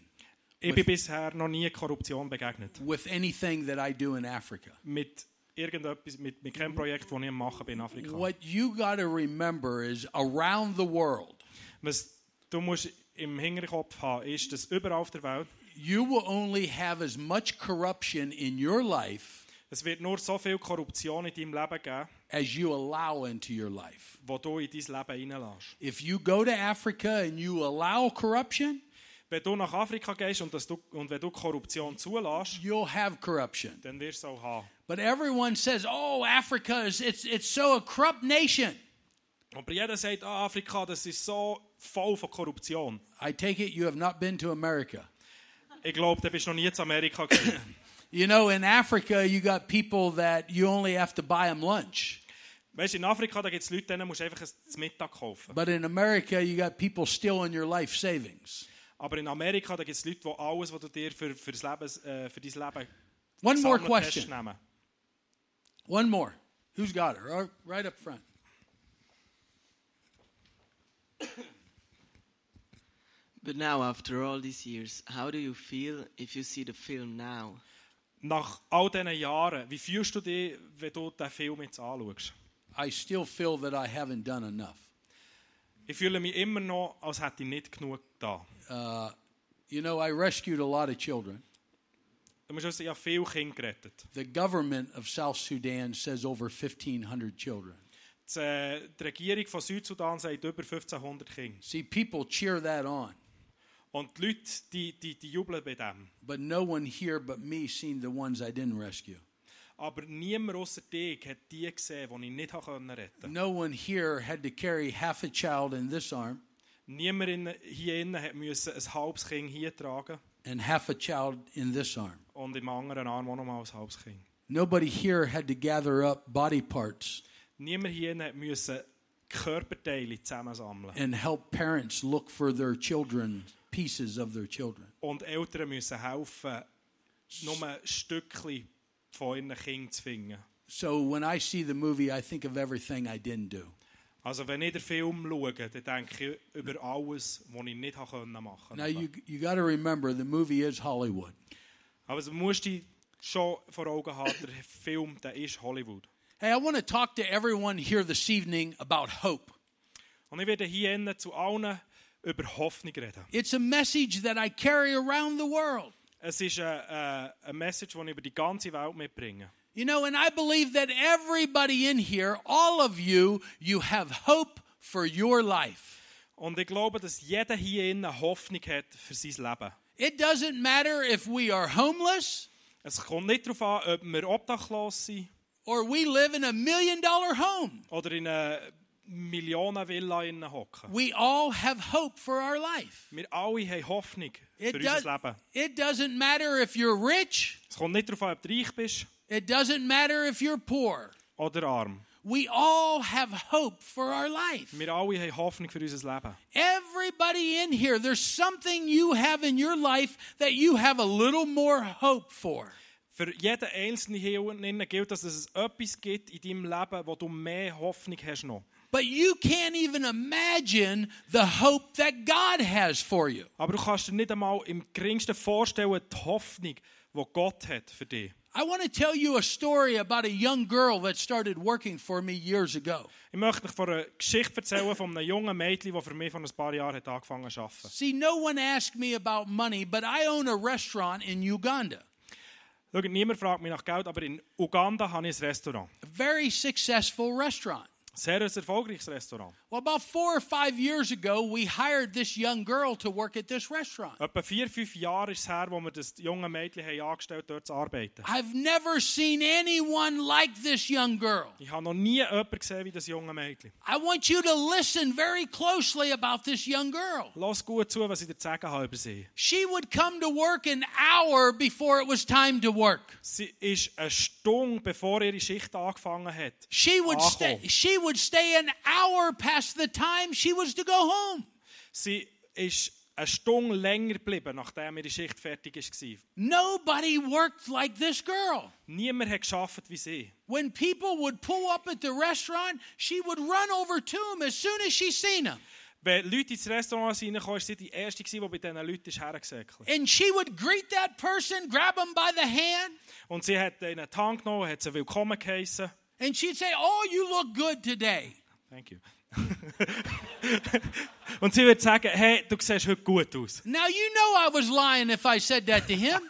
Speaker 2: Ich bin bisher noch nie Korruption begegnet.
Speaker 1: with anything that I do in Africa.
Speaker 2: Mit irgendetwas, mit, mit keinem Projekt, das ich am machen bin in Afrika.
Speaker 1: What you got to remember is around the world,
Speaker 2: Was du musst im Hinterkopf haben, ist, dass überall auf der Welt,
Speaker 1: you will only have as much corruption in your life
Speaker 2: es wird nur so viel Korruption in deinem Leben geben,
Speaker 1: as you allow into your life.
Speaker 2: die du in dein Leben reinlässt.
Speaker 1: If you go to Africa and you allow corruption,
Speaker 2: Wenn du nach Afrika gehst und, dass du, und wenn du Korruption zulässt,
Speaker 1: you'll have corruption.
Speaker 2: dann wirst du es auch haben.
Speaker 1: But everyone says, "Oh, Africa is it's it's so a corrupt nation."
Speaker 2: Aber jeder sagt, ah, Afrika, das ist so voll von Korruption.
Speaker 1: I take it you have not been to America.
Speaker 2: Ich glaube, du bist noch nie zu Amerika gewesen.
Speaker 1: You know, in Africa, you got people that you only have to buy them lunch.
Speaker 2: weißt du, in Afrika, da gibt es Leute, denen musst du einfach ein zum Mittag kaufen.
Speaker 1: But in America, you got people stealing your life savings.
Speaker 2: Aber in Amerika, da gibt es Leute, die alles, was du dir für, für, das Leben, äh, für dein Leben
Speaker 1: One more
Speaker 2: gesammelt hast,
Speaker 1: question.
Speaker 2: nehmen.
Speaker 1: One more. Who's got her? Right- Right up front.
Speaker 6: But now, after all these years, how do you feel if you see the film now?
Speaker 2: Nach all diesen Jahren, wie fühlst du dich, wenn du diesen Film jetzt anschaust?
Speaker 1: I still feel that I haven't done enough.
Speaker 2: Ich fühle mich immer noch, als hätte ich nicht genug da.
Speaker 1: Uh, You know, I rescued a lot of children.
Speaker 2: Du musst wissen, ich habe viele Kinder gerettet.
Speaker 1: The government of South Sudan says over 1,500 children.
Speaker 2: Die, äh, die Regierung von Südsudan sagt über 1500 Kinder.
Speaker 1: See, people cheer that on,
Speaker 2: Und die Leute, die, die, die jubeln bei dem.
Speaker 1: but no one here but me seen the ones I didn't rescue.
Speaker 2: Aber niemand außer dich hat die gesehen, die ich nicht habe können retten konnte.
Speaker 1: No one here had to carry half a child in this arm
Speaker 2: Niemand in, hier innen hat müssen ein halbes Kind hier tragen
Speaker 1: and half a child in this arm.
Speaker 2: und im anderen Arm auch nochmal ein halbes Kind.
Speaker 1: Nobody here had to gather up body parts
Speaker 2: Niemand hier innen hat müssen Körperteile zusammensammeln
Speaker 1: and help parents look for their children, pieces of their children.
Speaker 2: und Eltern müssen helfen, nur ein Stückchen von ihren Kindern zu finden.
Speaker 1: So when I see the movie, I think of everything I didn't do.
Speaker 2: Also wenn ich den Film schaue, dann denke ich über alles, was ich nicht habe können machen
Speaker 1: Now you you got to remember the movie is Hollywood.
Speaker 2: Aber du musst dich schon vor Augen haben, der Film der ist Hollywood.
Speaker 1: Hey, I want to talk to everyone here this evening about hope.
Speaker 2: Und ich werde hier innen zu allen über Hoffnung reden.
Speaker 1: It's a message that I carry around the world.
Speaker 2: Es ist eine, eine, äh, eine Message, die ich über die ganze Welt mitbringe.
Speaker 1: You know, and I believe that everybody in here, all of you, you have hope for your life.
Speaker 2: Und ich glaube, dass jeder hier innen Hoffnung hat für sein Leben.
Speaker 1: It doesn't matter if we are homeless
Speaker 2: Es kommt nicht darauf an, ob wir obdachlos sind
Speaker 1: or we live in a million dollar home.
Speaker 2: oder in einer Millionenvilla innen hocken.
Speaker 1: We all have hope for our life.
Speaker 2: Wir alle haben Hoffnung für
Speaker 1: It, does,
Speaker 2: unser Leben.
Speaker 1: it doesn't matter if you're rich,
Speaker 2: Es kommt nicht darauf an, ob du reich bist
Speaker 1: it doesn't matter if you're poor.
Speaker 2: oder arm.
Speaker 1: We all have hope for our life.
Speaker 2: Wir alle haben Hoffnung für unser Leben.
Speaker 1: Everybody in here, there's something you have in your life that you have a little more hope for.
Speaker 2: Für jeden Einzelnen hier unten innen gilt, dass es etwas gibt in deinem Leben, wo du mehr Hoffnung hast noch.
Speaker 1: But you can't even imagine the hope that God has for you.
Speaker 2: Aber du kannst dir nicht einmal im geringsten vorstellen, die Hoffnung, die Gott hat für dich.
Speaker 1: I want to tell you a story about a young girl that started working for me years ago.
Speaker 2: Ich möchte euch von einer Geschichte erzählen von einem jungen Mädchen, die für mich vor ein paar Jahren hat angefangen zu arbeiten.
Speaker 1: See, no one asked me about money, but I own a restaurant in Uganda,
Speaker 2: Schau, niemand fragt mich nach Geld, aber in Uganda habe ich ein Restaurant.
Speaker 1: a very successful restaurant.
Speaker 2: Sehr ein erfolgreiches Restaurant.
Speaker 1: Well, about four or five years ago, we hired this young girl to work at this restaurant.
Speaker 2: Etwa vier, fünf Jahre ist es her, wo wir das junge Mädchen haben angestellt haben, dort zu arbeiten.
Speaker 1: I've never seen anyone like this young girl.
Speaker 2: Ich habe noch nie jemanden gesehen wie das junge Mädchen.
Speaker 1: I want you to listen very closely about this young girl.
Speaker 2: Lass gut zu, was ich dir zu sagen habe über sie.
Speaker 1: She would come to work an hour before it was time to work.
Speaker 2: Sie ist eine Stunde, bevor ihre Schicht angefangen hat.
Speaker 1: She would
Speaker 2: Awful.
Speaker 1: stay she would stay an hour past the time she was to go home.
Speaker 2: Sie ist eine Stunde länger geblieben, nachdem ihre Schicht fertig war.
Speaker 1: Nobody worked like this girl.
Speaker 2: Niemand hat geschafft wie sie.
Speaker 1: When people would pull up at the restaurant, she would run over to them as soon as she seen them.
Speaker 2: Wenn Leute ins Restaurant reinkamen, war sie die Erste, gewesen, die bei diesen Leuten ist hergesäckelt
Speaker 1: And she would greet that person, grab them by the hand,
Speaker 2: Und sie hat ihnen die Hand genommen, hat sie willkommen geheissen.
Speaker 1: and she'd say, "Oh, you look good today."
Speaker 2: Thank you. Und sie würde sagen, hey, du siehst heute gut aus.
Speaker 1: Now you know I was lying if I said that to him.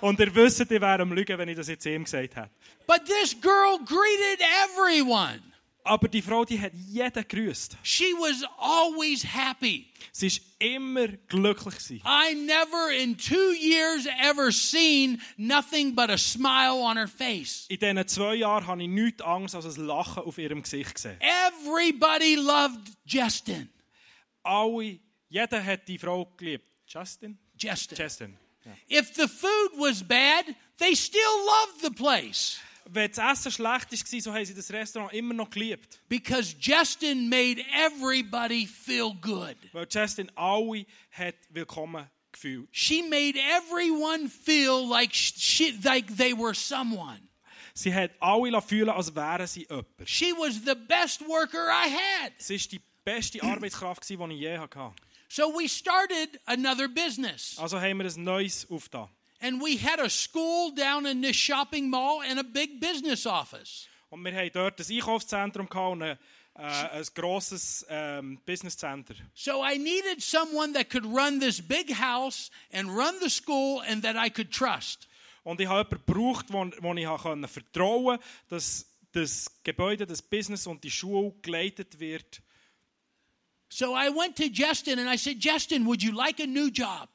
Speaker 2: Und ihr wisst, ich wäre am Lügen, wenn ich das jetzt ihm gesagt hätte.
Speaker 1: But this girl greeted everyone.
Speaker 2: Aber die Frau, die hat jeden gegrüßt.
Speaker 1: She was always happy.
Speaker 2: Sie war immer glücklich. Gewesen.
Speaker 1: I never in two years ever seen nothing but a smile on her face.
Speaker 2: In diesen zwei Jahren habe ich nichts Angst als ein Lachen auf ihrem Gesicht gesehen.
Speaker 1: Everybody loved Justin.
Speaker 2: Alle, jeder hat die Frau geliebt. Justin?
Speaker 1: Justin.
Speaker 2: Justin.
Speaker 1: If the food was bad, they still loved the place
Speaker 2: Wenn das Essen schlecht war, so haben sie das Restaurant immer noch geliebt.
Speaker 1: because Justin made everybody feel good.
Speaker 2: Weil Justin alle hat willkommen gefühlt.
Speaker 1: She made everyone feel like she, like they were someone.
Speaker 2: Sie hat alle lassen fühlen, als wären sie jemand.
Speaker 1: She was the best worker I had.
Speaker 2: Sie war die beste Arbeitskraft, gewesen, die ich je hatte.
Speaker 1: So we started another business.
Speaker 2: Also haben wir ein neues aufgetan.
Speaker 1: And we had a school down in this shopping mall and a big business office.
Speaker 2: Und wir haben dort ein Einkaufszentrum gehabt und ein, äh, ein grosses ähm, Businesscenter.
Speaker 1: So I needed someone that could run this big house and run the school and that I could trust.
Speaker 2: Und ich habe jemanden gebraucht, wo, wo ich habe können vertrauen konnte, dass das Gebäude, das Business und die Schule geleitet wird.
Speaker 1: So I went to Justin and I said, Justin, would you like a new job?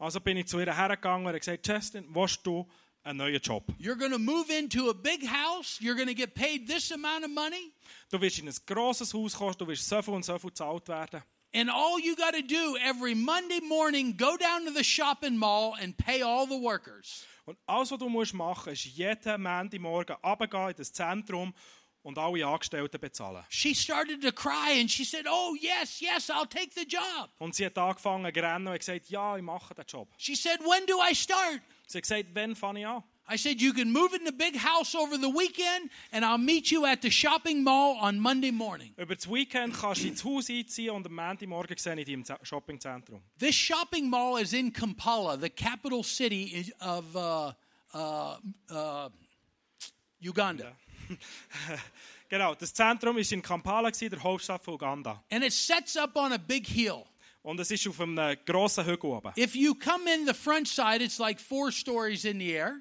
Speaker 2: Also bin ich zu ihr hergegangen und habe gesagt, Justin, willst du einen neuen Job?
Speaker 1: You're going to move into a big house. You're going to get paid this amount of money.
Speaker 2: Du wirst in ein grosses Haus kommen, du wirst so viel und so viel bezahlt werden.
Speaker 1: And all you got to do every Monday morning, go down to the shopping mall and pay all the workers.
Speaker 2: Und alles, was du musst machen musst, ist jeden Montagmorgen runtergehen in das Zentrum und alle Angestellten bezahlen.
Speaker 1: She started to cry and she said, Oh, yes, yes, I'll take the job.
Speaker 2: Und sie hat angefangen zu rennen und hat gesagt, ja, ich mache den Job.
Speaker 1: She said, When do I start?
Speaker 2: Sie hat gesagt, wann fange ich an?
Speaker 1: I said, You can move in the big house over the weekend and I'll meet you at the shopping mall on Monday morning.
Speaker 2: Über das Weekend kannst du ins Haus einziehen und am Montagmorgen sehe ich dich im Z- Shoppingzentrum.
Speaker 1: This shopping mall is in Kampala, the capital city i- of uh, uh, uh, Uganda.
Speaker 2: Genau, das Zentrum war in Kampala, gewesen, der Hauptstadt von Uganda.
Speaker 1: And it sets up on a big hill.
Speaker 2: Und es ist auf einem äh, grossen Hügel oben.
Speaker 1: If you come in the front side, it's like four stories in the air.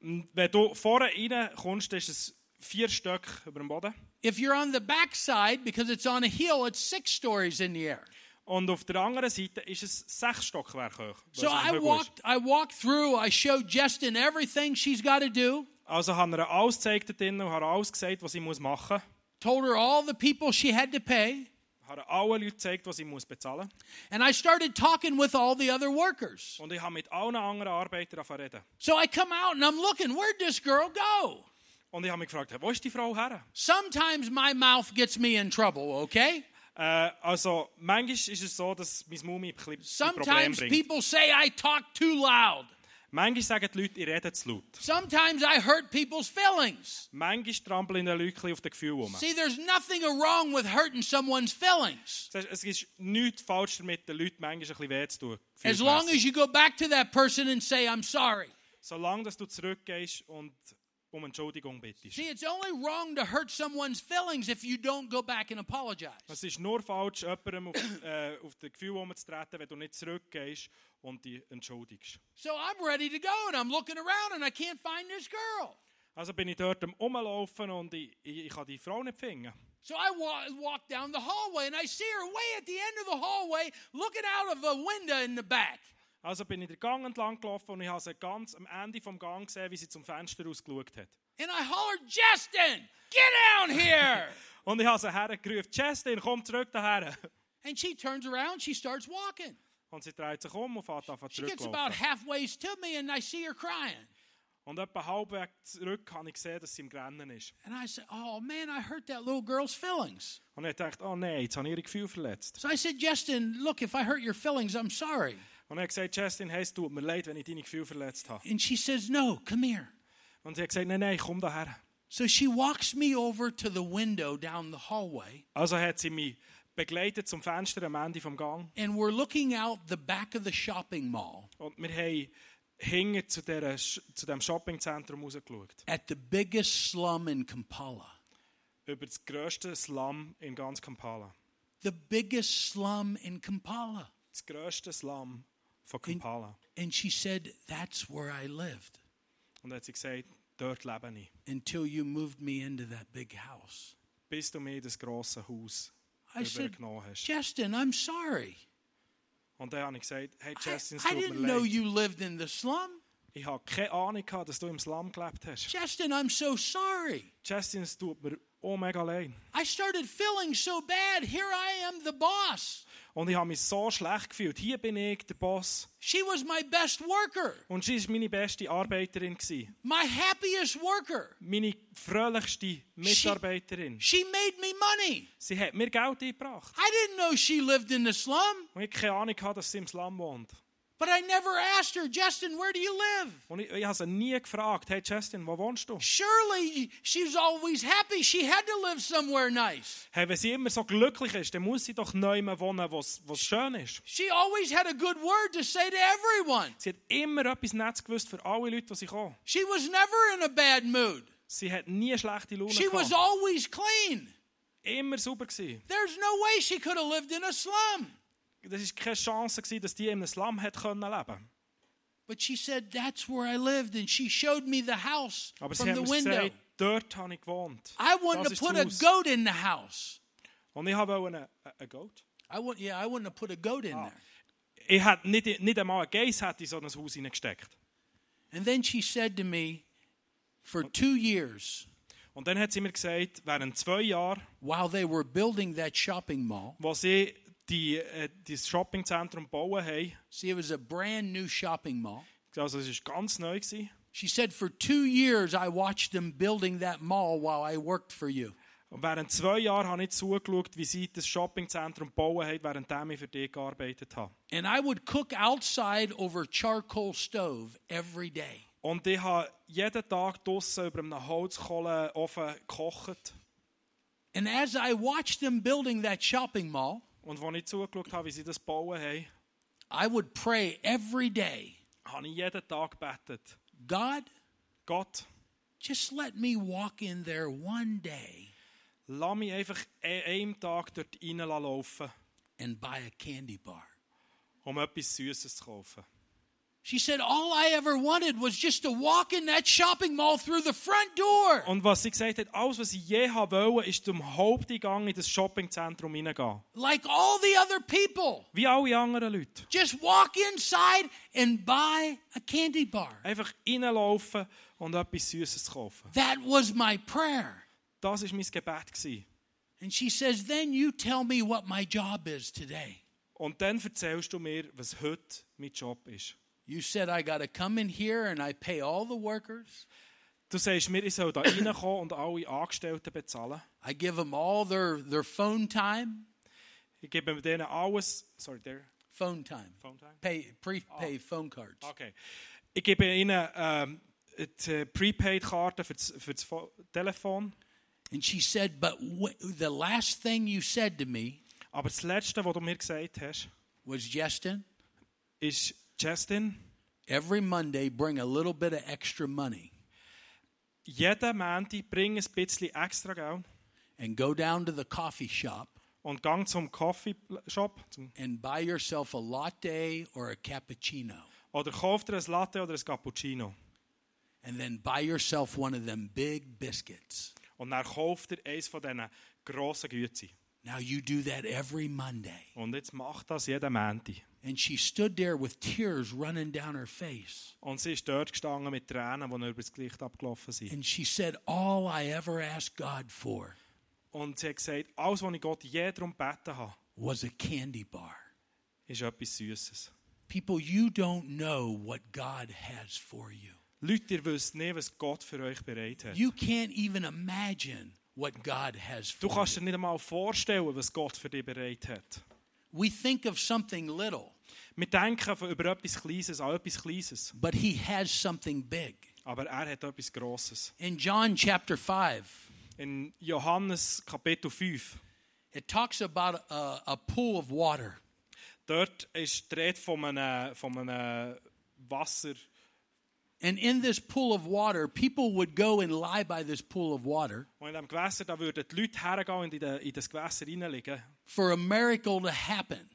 Speaker 2: Wenn du vorne reinkommst, ist es vier Stück über dem Boden.
Speaker 1: If you're on the back side, because it's on a hill, it's six stories in the air.
Speaker 2: Und auf der anderen Seite ist es sechs Stockwerke hoch. weil
Speaker 1: So
Speaker 2: es ein
Speaker 1: I
Speaker 2: Hügel ist.
Speaker 1: walked, I walked through, I showed Justin everything she's got to do,
Speaker 2: Also habe ich ihr alles gezeigt dort drinnen und habe ihr alles gesagt, was ich machen muss.
Speaker 1: told her all the people she had to pay,
Speaker 2: Habe ihr allen Leuten gezeigt, was ich muss bezahlen muss.
Speaker 1: and I started talking with all the other workers.
Speaker 2: Und ich habe mit allen anderen Arbeitern angefangen zu reden.
Speaker 1: So I come out and I'm looking, where'd this girl go?
Speaker 2: Und ich habe mich gefragt, wo ist die Frau her?
Speaker 1: Sometimes my mouth gets me in trouble, okay?
Speaker 2: Äh, also, manchmal ist es so, dass mein Mami ein bisschen ein Problem
Speaker 1: Sometimes
Speaker 2: bringt.
Speaker 1: people say I talk too loud.
Speaker 2: Manchmal sagen die Leute, ich rede zu laut.
Speaker 1: Sometimes I hurt people's feelings.
Speaker 2: Manchmal trampeln die Leute ein bisschen auf den Gefühl rum.
Speaker 1: See, there's nothing wrong with hurting someone's feelings.
Speaker 2: Siehst, Es ist nichts falsch damit, den Leuten manchmal ein bisschen weh zu tun.
Speaker 1: As long
Speaker 2: gefühlsmässig.
Speaker 1: as you go back to that person and say, I'm sorry.
Speaker 2: Solange dass du zurückgehst und um Entschuldigung bittest.
Speaker 1: See, it's only wrong to hurt someone's feelings if you don't go back and apologize.
Speaker 2: Es ist nur falsch, jemandem auf, äh, auf das Gefühl rumzutreten, wenn du nicht zurückgehst und dich entschuldigst.
Speaker 1: So I'm ready to go and I'm looking around and I can't find this girl.
Speaker 2: Also bin ich dort am Rumlaufen und ich, ich, ich kann die Frau nicht finden.
Speaker 1: So I wa- walk down the hallway and I see her way at the end of the hallway looking out of a window in the back.
Speaker 2: Also bin ich den Gang entlang gelaufen und ich habe sie ganz am Ende vom Gang gesehen, wie sie zum Fenster ausgeschaut hat.
Speaker 1: And I hollered, Justin, get down here.
Speaker 2: Und ich habe sie hergerufen, Justin, komm zurück daher.
Speaker 1: and she turns around, she starts walking.
Speaker 2: Und sie dreht sich um und fährt einfach
Speaker 1: She gets about
Speaker 2: zurücklaufen.
Speaker 1: halfway to me and I see her crying.
Speaker 2: Und etwa halbweg zurück habe ich gesehen, dass sie im Grennen ist.
Speaker 1: And I said, Oh man, I hurt that little girl's feelings.
Speaker 2: Und ich dachte, oh nein, jetzt habe ich ihre Gefühle verletzt.
Speaker 1: So I said, Justin, look, if I hurt your feelings, I'm sorry.
Speaker 2: Und er hat gesagt, Justin, hey, es tut mir leid, wenn ich deine Gefühle verletzt habe.
Speaker 1: And she says, No, come here.
Speaker 2: Und sie hat gesagt, nein, nein, komm daher.
Speaker 1: So she walks me over to the window down the hallway,
Speaker 2: Also hat sie mich begleitet zum Fenster am Ende vom Gang.
Speaker 1: and we're looking out the back of the shopping mall
Speaker 2: Und wir haben hinten zu, dieser, Sch- zu dem Shoppingzentrum rausgeschaut.
Speaker 1: at the biggest slum in Kampala.
Speaker 2: Über das grösste Slum in ganz Kampala.
Speaker 1: The biggest slum in Kampala.
Speaker 2: Das grösste Slum von Kampala.
Speaker 1: And she said, That's where I lived
Speaker 2: Und hat sie gesagt, dort lebe ich.
Speaker 1: until you moved me into that big house.
Speaker 2: Bis du mir das grosse Haus
Speaker 1: I said,
Speaker 2: übergenommen hast.
Speaker 1: Justin, I'm sorry.
Speaker 2: Und dann habe ich gesagt, hey
Speaker 1: I,
Speaker 2: Justin, es
Speaker 1: I
Speaker 2: tut mir
Speaker 1: didn't know
Speaker 2: leid.
Speaker 1: you lived in the slum.
Speaker 2: Ich habe keine Ahnung gehabt, dass du im Slum gelebt hast.
Speaker 1: Justin, I'm so sorry.
Speaker 2: Justin, es tut mir oh mega leid.
Speaker 1: I started feeling so bad. Here I am, the boss.
Speaker 2: Und ich habe mich so schlecht gefühlt. Hier bin ich, der Boss.
Speaker 1: She was my best worker,
Speaker 2: Und sie war meine beste Arbeiterin. Gewesen.
Speaker 1: my happiest worker.
Speaker 2: Meine fröhlichste Mitarbeiterin.
Speaker 1: She made me money.
Speaker 2: Sie hat mir Geld eingebracht.
Speaker 1: I didn't know she lived in the slum,
Speaker 2: Und ich hatte keine Ahnung, gehabt, dass sie im Slum wohnt.
Speaker 1: but I never asked her, Justin, where do you live?
Speaker 2: Und ich, ich habe sie nie gefragt, hey Justin, wo wohnst du?
Speaker 1: Surely she was always happy. She had to live somewhere nice.
Speaker 2: Hey, wenn sie immer so glücklich ist, dann muss sie doch neu wohnen, was was schön ist.
Speaker 1: She always had a good word to say to everyone.
Speaker 2: Sie hat immer etwas Nettes gewusst für alle Leute, die sie kommen.
Speaker 1: She was never in a bad mood.
Speaker 2: Sie hat nie schlechte Laune
Speaker 1: She was
Speaker 2: gehabt.
Speaker 1: always clean.
Speaker 2: Immer sauber gewesen.
Speaker 1: There's no way she could have lived in a slum.
Speaker 2: Das war keine Chance, gewesen, dass die in einem Slum hat können leben
Speaker 1: But she said, That's where I lived. And she showed me the house
Speaker 2: Aber sie
Speaker 1: from
Speaker 2: hat
Speaker 1: the
Speaker 2: mir
Speaker 1: window.
Speaker 2: gesagt, Dort habe ich gewohnt.
Speaker 1: I wanted
Speaker 2: Das
Speaker 1: to
Speaker 2: ist
Speaker 1: put
Speaker 2: das
Speaker 1: a
Speaker 2: Haus.
Speaker 1: goat in the house.
Speaker 2: Und ich habe wollte eine, eine Goat.
Speaker 1: I want, yeah, I wanted to put a goat in there.
Speaker 2: Ich hätte nicht, nicht einmal eine Geiss hätte in so ein Haus hineingesteckt.
Speaker 1: And then she said to me, for two years,
Speaker 2: Und dann hat sie mir gesagt, während zwei Jahren,
Speaker 1: while they were building that shopping mall,
Speaker 2: wo sie die, äh, das Shoppingzentrum bauen haben,
Speaker 1: see, it was a brand new shopping mall.
Speaker 2: also es war ganz neu, gewesen,
Speaker 1: She said, for two years, I watched them building that mall while I worked for you.
Speaker 2: und während zwei Jahren habe ich zugeschaut, wie sie das Shoppingzentrum bauen haben, während ich für dich gearbeitet habe.
Speaker 1: And I would cook outside over charcoal stove every day.
Speaker 2: Und ich habe jeden Tag draussen über einem Holzkohleofen gekocht.
Speaker 1: And as I watched them building that shopping mall,
Speaker 2: Und als ich zugeschaut habe, wie sie das bauen haben,
Speaker 1: I would pray every day
Speaker 2: habe ich jeden Tag gebetet.
Speaker 1: God,
Speaker 2: Gott,
Speaker 1: just let me walk in there one day
Speaker 2: lass mich einfach an einem Tag dort reinlaufen,
Speaker 1: and buy a candy bar.
Speaker 2: um etwas Süßes zu kaufen.
Speaker 1: She said, All I ever wanted was just to walk in that shopping mall through the front door.
Speaker 2: Und was sie gesagt hat, alles, was ich je habe wollen, ist zum Haupteingang in das Shoppingzentrum hineingehen.
Speaker 1: Like all the other people,
Speaker 2: Wie alle anderen Leute.
Speaker 1: just walk inside and buy a candy bar.
Speaker 2: Einfach reinlaufen und etwas Süßes kaufen.
Speaker 1: That was my prayer.
Speaker 2: Das war mein Gebet. Gewesen.
Speaker 1: And she says, Then you tell me what my job is today.
Speaker 2: Und dann erzählst du mir, was heute mein Job ist.
Speaker 1: You said I got to come in here and I pay all the workers.
Speaker 2: Du sagst mir, ich soll da reinkommen und alle Angestellten bezahlen.
Speaker 1: I give them all their, their phone time,
Speaker 2: Ich gebe denen alles. Sorry, there.
Speaker 1: phone time,
Speaker 2: Phone Oh. time?
Speaker 1: pay prepaid phone cards.
Speaker 2: Okay. Ich gebe ihnen ähm, die äh, Prepaid-Karte für das, für das Fo- Telefon.
Speaker 1: And she said, "But wh- the last thing you said to me
Speaker 2: Aber das Letzte, was du mir gesagt hast,
Speaker 1: was, Justin,
Speaker 2: ist, Justin,
Speaker 1: every Monday bring a little bit of extra money
Speaker 2: jeden Montag bring ein bisschen extra Geld
Speaker 1: and go down to the coffee shop
Speaker 2: und gang zum Coffee-Shop zum,
Speaker 1: and buy yourself a latte or a cappuccino,
Speaker 2: oder kauf dir ein Latte oder ein Cappuccino.
Speaker 1: and then buy yourself one of them big biscuits."
Speaker 2: Und dann kauf dir eins von diesen grossen Gützi.
Speaker 1: Now you do that every Monday.
Speaker 2: Und jetzt mach das jeden Montag.
Speaker 1: And she stood there with tears running down her face.
Speaker 2: Und sie ist dort gestanden mit Tränen, die ihr über das Gesicht abgelaufen sind.
Speaker 1: And she said, All I ever asked God for
Speaker 2: Und sie hat gesagt, alles, was ich Gott je darum gebeten habe,
Speaker 1: was a candy bar.
Speaker 2: ist etwas Süßes.
Speaker 1: People, you don't know what God has for you.
Speaker 2: Leute, ihr wisst nicht, was Gott für euch bereit hat.
Speaker 1: You can't even imagine what God has
Speaker 2: Du
Speaker 1: for
Speaker 2: kannst
Speaker 1: you.
Speaker 2: dir nicht einmal vorstellen, was Gott für dich bereit hat.
Speaker 1: We think of something little,
Speaker 2: Wir denken von- über etwas Kleines an etwas Kleines,
Speaker 1: but He has something big.
Speaker 2: aber er hat etwas Grosses.
Speaker 1: In John chapter 5,
Speaker 2: In Johannes Kapitel 5,
Speaker 1: it talks about a, a pool of water.
Speaker 2: dort ist die Rede von einem, von einem Wasser.
Speaker 1: And in this pool of water, people would go and lie by this pool of water.
Speaker 2: Und in diesem Gewässer, da würden die Leute hergehen und in, de, in das Gewässer reinlegen,
Speaker 1: for a miracle to happen.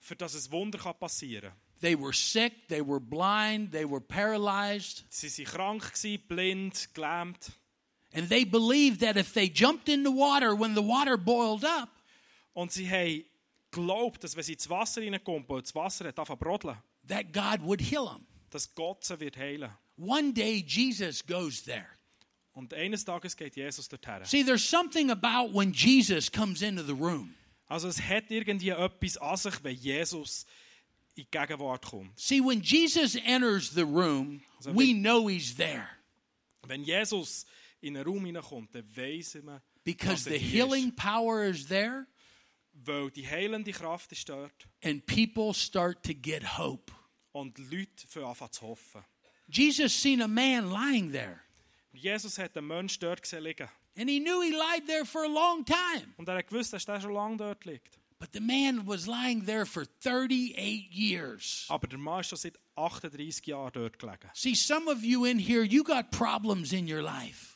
Speaker 2: für dass ein Wunder kann passieren kann.
Speaker 1: They were sick, they were blind, they were paralyzed,
Speaker 2: Sie waren krank, gewesen, blind, gelähmt.
Speaker 1: and they believed that if they jumped in the water when the water boiled up,
Speaker 2: Und sie haben geglaubt, dass wenn sie ins Wasser reinkommen und das Wasser hat angefangen zu brodeln,
Speaker 1: that God would heal them.
Speaker 2: dass Gott sie wird heilen.
Speaker 1: One day Jesus goes there.
Speaker 2: Und eines Tages geht Jesus dorthin.
Speaker 1: See, there's something about when Jesus comes into the room.
Speaker 2: Also es hat irgendwie etwas an sich, wenn Jesus in die Gegenwart kommt.
Speaker 1: See, when Jesus enters the room, we know he's there
Speaker 2: Wenn Jesus in einen Raum hineinkommt, dann weiss man,
Speaker 1: because
Speaker 2: dass
Speaker 1: the
Speaker 2: er hier
Speaker 1: healing
Speaker 2: ist.
Speaker 1: power is there
Speaker 2: Weil die heilende Kraft ist dort
Speaker 1: and people start to get hope.
Speaker 2: und die Leute fangen an zu hoffen.
Speaker 1: Jesus seen a man lying there.
Speaker 2: Jesus hat einen Menschen dort gesehen liegen.
Speaker 1: And he knew he lied there for a long time.
Speaker 2: Und er hat gewusst, dass der schon lange dort liegt.
Speaker 1: But the man was lying there for 38 years.
Speaker 2: Aber der Mann ist schon seit 38 Jahren dort gelegen.
Speaker 1: See, some of you in here, you got problems in your life.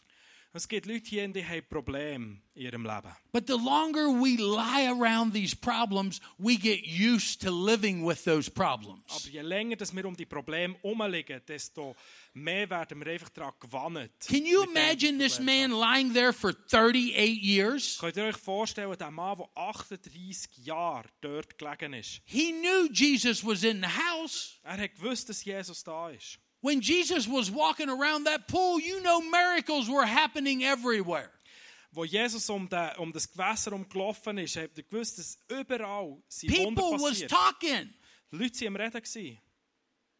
Speaker 2: Es gibt Leute hier, die haben Probleme in ihrem Leben.
Speaker 1: But the longer we lie around these problems, we get used to living with those
Speaker 2: Aber
Speaker 1: problems.
Speaker 2: je länger dass wir um die Probleme herumliegen, desto mehr werden wir einfach daran gewannet.
Speaker 1: Can you imagine this man lying there for 38 years?
Speaker 2: Könnt ihr euch vorstellen, der Mann, der 38 Jahre dort gelegen ist,
Speaker 1: He knew Jesus was in the house.
Speaker 2: er hat gewusst, dass Jesus da ist.
Speaker 1: When Jesus was walking around that pool, you know miracles were happening everywhere.
Speaker 2: Wo Jesus um, den, um das Gewässer umgelaufen ist, habt ihr gewusst, dass überall sind Wunder
Speaker 1: People was
Speaker 2: passiert.
Speaker 1: talking.
Speaker 2: Leute waren am Reden. Gewesen.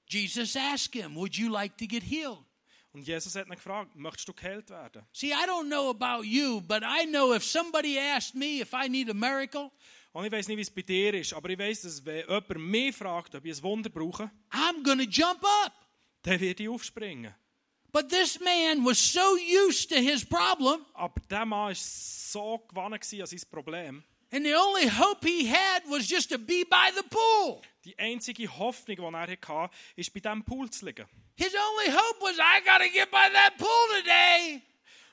Speaker 1: Jesus asked him, Would you like to get healed?
Speaker 2: Und Jesus hat ihn gefragt, möchtest du geheilt werden?
Speaker 1: See, I don't know about you, but I know if somebody asked me if I need a miracle,
Speaker 2: Und ich weiß nicht, wie es bei dir ist, aber ich weiß, dass wenn jemand mich fragt, ob ich ein Wunder brauche,
Speaker 1: I'm going to jump up.
Speaker 2: dann werde ich aufspringen.
Speaker 1: But this man was so used to his problem,
Speaker 2: Aber der Mann war so gewandt gewesen an sein Problem.
Speaker 1: and the only hope he had was just to be by the pool.
Speaker 2: Die einzige Hoffnung, die er hatte, ist, bei diesem Pool zu liegen.
Speaker 1: His only hope was, I got to get by that pool today.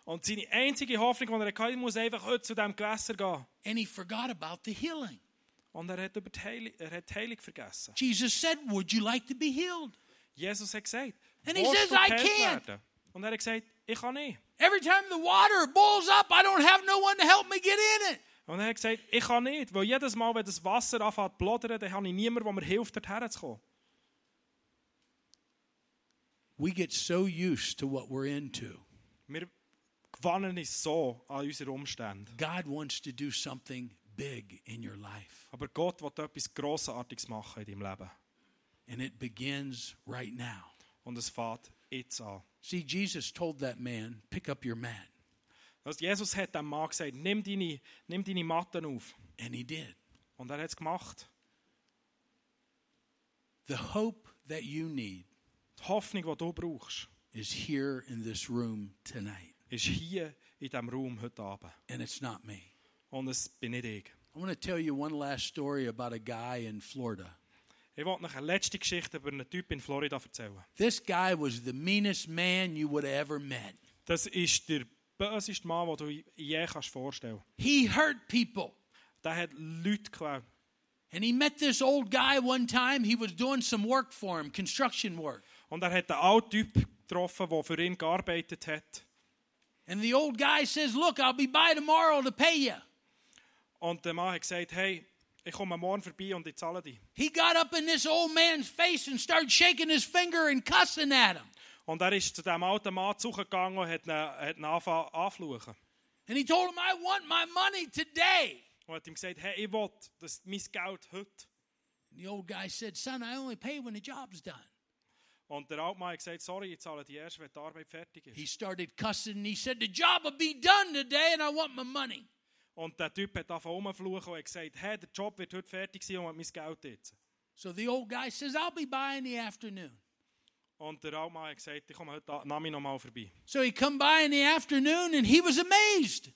Speaker 2: Und seine einzige Hoffnung, die er hatte, ich muss einfach heute zu diesem Gewässer gehen.
Speaker 1: And he forgot about the healing.
Speaker 2: Und er hat, über die Heilung, er hat die Heilung vergessen.
Speaker 1: Jesus said, Would you like to be healed?
Speaker 2: Jesus hat gesagt,
Speaker 1: And he says,
Speaker 2: "Willst du
Speaker 1: "I
Speaker 2: geheilt
Speaker 1: can't."
Speaker 2: werden?" Und er hat gesagt, ich kann nicht.
Speaker 1: Every time the water boils up, I don't have no one to help me get in it.
Speaker 2: Und er hat gesagt, ich kann nicht, weil jedes Mal, wenn das Wasser anfängt zu bloddern, dann habe ich niemanden, der mir hilft, dorthin zu kommen.
Speaker 1: We get so used to what we're into.
Speaker 2: Wir gewannen uns so an unsere Umstände.
Speaker 1: God wants to do something big in your life,
Speaker 2: Aber Gott will etwas Grossartiges machen in deinem Leben.
Speaker 1: and it begins right now.
Speaker 2: Und es fängt jetzt an.
Speaker 1: See, Jesus told that man, Pick up your mat,
Speaker 2: Also Jesus hat dem Mann gesagt, nimm deine, nimm deine Matten auf.
Speaker 1: and he did.
Speaker 2: Und er hat es gemacht.
Speaker 1: The hope that you need
Speaker 2: Die Hoffnung, die du brauchst,
Speaker 1: is here in this room tonight,
Speaker 2: ist hier in diesem Raum heute Abend.
Speaker 1: and it's not me.
Speaker 2: Und es bin nicht ich.
Speaker 1: I want to tell you one last story about a guy in Florida.
Speaker 2: Ich wollte noch eine letzte Geschichte über einen Typ in Florida erzählen.
Speaker 1: This guy was the meanest man you would have ever met.
Speaker 2: Das ist der böseste Mann, den du je kannst vorstellen
Speaker 1: He hurt people.
Speaker 2: kannst. Der hat Leute geklaut.
Speaker 1: And he met this old guy one time. He was doing some work for him, construction work.
Speaker 2: Und er hat einen alten Typ getroffen, der für ihn gearbeitet hat.
Speaker 1: And the old guy says, Look, I'll be by tomorrow to pay you.
Speaker 2: Und der Mann hat gesagt, hey, ich komme morgen vorbei und ich zahle dich.
Speaker 1: He got up in this old man's face and started shaking his finger and cussing at him.
Speaker 2: Und er ist zu dem alten Mann zugegangen und hat ihn, hat ihn angefangen anzuschauen.
Speaker 1: And he told him, I want my money today.
Speaker 2: Und hat ihm gesagt, hey, ich will das, mein Geld heute.
Speaker 1: And the old guy said, Son, I only pay when the job's done.
Speaker 2: Und der alte Mann hat gesagt, sorry, ich zahle die erst, wenn die Arbeit fertig ist.
Speaker 1: He started cussing and he said, The job will be done today and I want my money.
Speaker 2: Und der Typ hat angefangen rumzufluchen und hat gesagt, hey, der Job wird heute fertig sein und hat mein Geld jetzt.
Speaker 1: So the old guy says, I'll be by in the afternoon.
Speaker 2: Und der alte Mann hat gesagt, ich komme heute A- Nami nochmal vorbei.
Speaker 1: So he come by in the afternoon and he was amazed.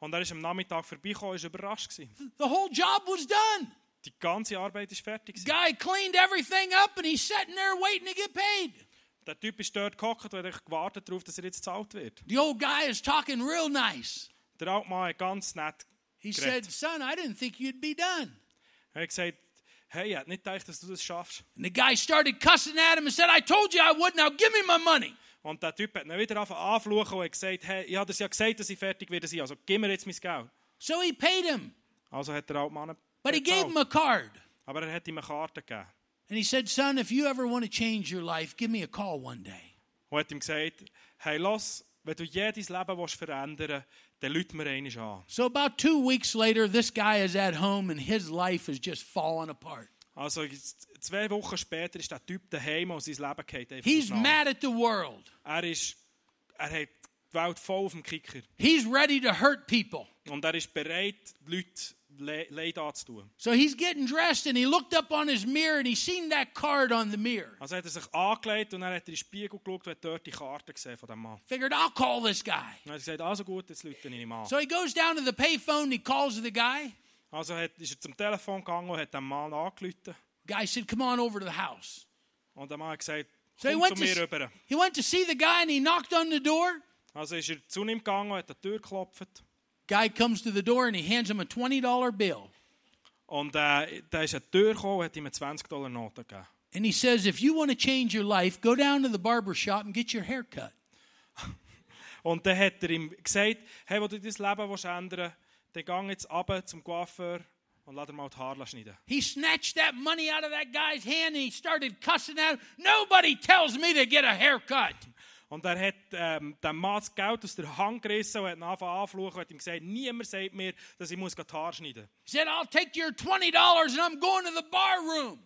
Speaker 2: Und er ist am Nachmittag vorbeigekommen und war überrascht. Gewesen.
Speaker 1: The whole job was done.
Speaker 2: Die ganze Arbeit ist fertig. Gewesen.
Speaker 1: Guy cleaned everything up and he's sitting there waiting to get paid.
Speaker 2: Der Typ ist dort gehockt und hat einfach gewartet darauf, dass er jetzt bezahlt wird.
Speaker 1: The old guy is talking real nice.
Speaker 2: Der alte Mann hat ganz nett
Speaker 1: He
Speaker 2: geredet.
Speaker 1: said, Son, I didn't think you'd be done.
Speaker 2: Er hat gesagt, hey, ich hätte nicht gedacht, dass du das schaffst.
Speaker 1: And the guy started cussing at him and said, I told you I would. Now give me my money.
Speaker 2: Und der Typ hat ihn wieder angefangen anzufluchen und hat gesagt, hey, ich habe dir ja gesagt, dass ich fertig werde sein, also gib mir jetzt mein Geld.
Speaker 1: So he paid him,
Speaker 2: Also hat der alte Mann
Speaker 1: but he gave him a card.
Speaker 2: Aber er hat ihm eine Karte gegeben.
Speaker 1: And he said, Son, if you ever want to change your life, give me a call one day.
Speaker 2: Und hat ihm gesagt, hey, los, wenn du jedes Leben willst verändern willst, dann lüt mir einmal an.
Speaker 1: So about two weeks later, this guy is at home and his life is just falling apart.
Speaker 2: Also jetzt zwei Wochen später ist der Typ daheim und sein Leben geht einfach
Speaker 1: He's
Speaker 2: auseinander.
Speaker 1: mad at the world.
Speaker 2: Er ist, er hat die Welt voll auf dem Kicker.
Speaker 1: He's ready to hurt people.
Speaker 2: Und er ist bereit, Leute Le Leid anzutun.
Speaker 1: So he's getting dressed and he looked up on his mirror and he seen that card on the mirror.
Speaker 2: Also hat er sich angelegt und dann hat er in den Spiegel geschaut und hat dort die Karte gesehen von dem Mann.
Speaker 1: Figured I'll call this guy.
Speaker 2: Und er hat gesagt, also gut, jetzt lüte ich ihm an.
Speaker 1: So he goes down to the payphone and he calls the guy.
Speaker 2: Also hat, ist er zum Telefon gegangen und hat dem Mann angelüht.
Speaker 1: Guy said, "Come on over to the house."
Speaker 2: Und der Mann hat gesagt,
Speaker 1: So he
Speaker 2: komm zu
Speaker 1: went to
Speaker 2: mir
Speaker 1: s-
Speaker 2: rüber.
Speaker 1: he went to see the guy and he knocked on the door.
Speaker 2: Also ist er zu ihm gegangen, hat an die Tür geklopft.
Speaker 1: Guy comes to the door and he hands him a $20 bill.
Speaker 2: Und äh, da ist an die Tür gekommen und hat ihm eine 20-Dollar-Note gegeben.
Speaker 1: And he says, If you want to change your life, go down to the barber shop and get your hair cut.
Speaker 2: Und dann hat er ihm gesagt, hey, wenn du dein Leben willst ändern willst, dann geh jetzt runter zum Coiffeur und lass dir mal die Haare schneiden.
Speaker 1: He snatched that money out of that guy's hand and he started cussing out, Nobody tells me to get a haircut.
Speaker 2: Und er hat ähm, dem Mann das Geld aus der Hand gerissen und hat ihn angefangen anzufluchen und hat ihm gesagt, niemand sagt mir, dass ich muss die Haare schneiden muss.
Speaker 1: He said, I'll take your $20 and I'm going to the bar room.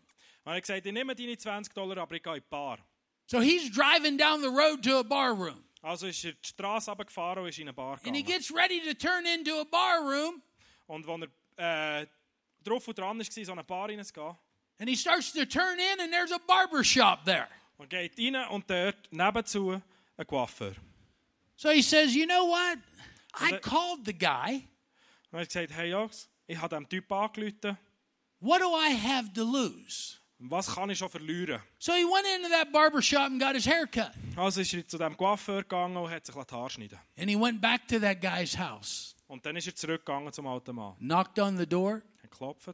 Speaker 2: Und er hat gesagt, ich nehme deine 20 Dollar, aber ich gehe in die Bar.
Speaker 1: So he's driving down the road to a bar room.
Speaker 2: Also ist er die Straße runtergefahren und ist in eine Bar
Speaker 1: And he
Speaker 2: gegangen.
Speaker 1: gets ready to turn into a bar room
Speaker 2: Und als er äh, drauf und dran war, in so eine Bar reinzugehen,
Speaker 1: and he starts to turn in and there's a barber shop there.
Speaker 2: und geht rein und dort nebenzu ein Coiffeur.
Speaker 1: So he says, You know what? I
Speaker 2: that-
Speaker 1: called the guy.
Speaker 2: Und er hat gesagt, hey Jungs, ich habe dem Typ angerufen,
Speaker 1: What do I have to lose?
Speaker 2: was kann ich schon verlieren?
Speaker 1: So he went into that barber shop and got his hair cut.
Speaker 2: Also ist er zu dem Coiffeur gegangen und hat sich die Haare schneiden lassen.
Speaker 1: And he went back to that guy's house,
Speaker 2: Und dann ist er zurückgegangen zum alten Mann.
Speaker 1: knocked on the door.
Speaker 2: Er hat geklopft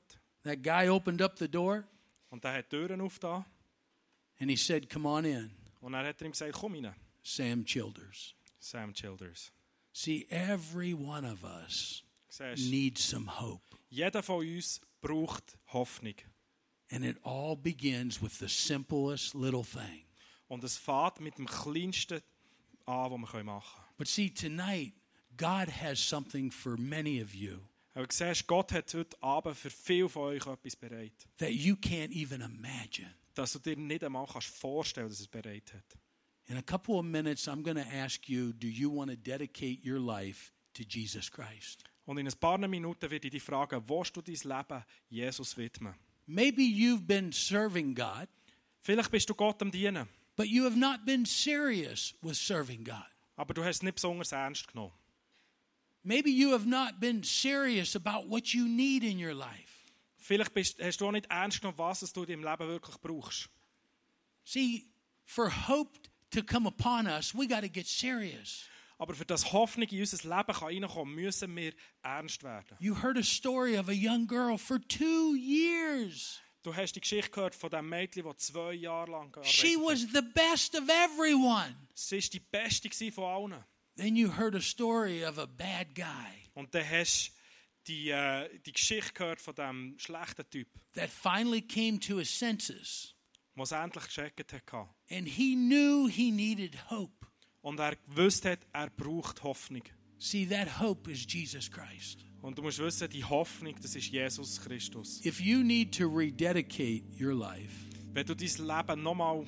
Speaker 1: That guy opened up the door
Speaker 2: und dann hat die Türen aufgetan.
Speaker 1: and he said, Come on in,
Speaker 2: Und dann hat er ihm gesagt, komm rein,
Speaker 1: Sam Childers.
Speaker 2: Sam Childers.
Speaker 1: See, every one of us
Speaker 2: Siehst du,
Speaker 1: needs some hope.
Speaker 2: jeder von uns braucht Hoffnung.
Speaker 1: And it all begins with the simplest little thing.
Speaker 2: Und es fängt mit dem Kleinsten an, was wir machen können.
Speaker 1: But see, tonight, God has something for many of you
Speaker 2: Aber du siehst, Gott hat heute Abend für viele von euch etwas bereit,
Speaker 1: that you can't even imagine.
Speaker 2: dass du dir nicht einmal kannst vorstellen kannst, dass es bereit hat.
Speaker 1: In a couple of minutes, I'm going to ask you do you want to dedicate your life to Jesus Christ?
Speaker 2: Und in ein paar Minuten werde ich dich fragen, willst du dein Leben Jesus widmen?
Speaker 1: Maybe you've been serving God,
Speaker 2: Vielleicht bist du Gott am Dienen,
Speaker 1: but you have not been serious with serving God.
Speaker 2: aber du hast es nicht besonders ernst genommen.
Speaker 1: Maybe you have not been serious about what you need in your life.
Speaker 2: Vielleicht bist, hast du auch nicht ernst genommen, was es du in deinem Leben wirklich brauchst.
Speaker 1: See, for hope to come upon us, we got to get serious.
Speaker 2: Aber für das Hoffnung in unser Leben kann reinkommen, müssen wir ernst werden.
Speaker 1: You heard a story of a young girl for two years.
Speaker 2: Du hast die Geschichte gehört von dem Mädchen, die zwei Jahre lang
Speaker 1: She
Speaker 2: gearbeitet hat.
Speaker 1: was the best of everyone.
Speaker 2: Sie war die Beste gewesen von allen.
Speaker 1: Then you heard a story of a bad guy
Speaker 2: Und dann hast du die, äh, die Geschichte gehört von dem schlechten Typ,
Speaker 1: that finally came to his senses
Speaker 2: der es endlich gecheckt hat.
Speaker 1: and he knew he needed hope.
Speaker 2: Und er gewusst hat, er braucht Hoffnung.
Speaker 1: See, that hope is Jesus Christ.
Speaker 2: Und du musst wissen, die Hoffnung, das ist Jesus Christus.
Speaker 1: If you need to rededicate your life,
Speaker 2: Wenn du dein Leben nochmal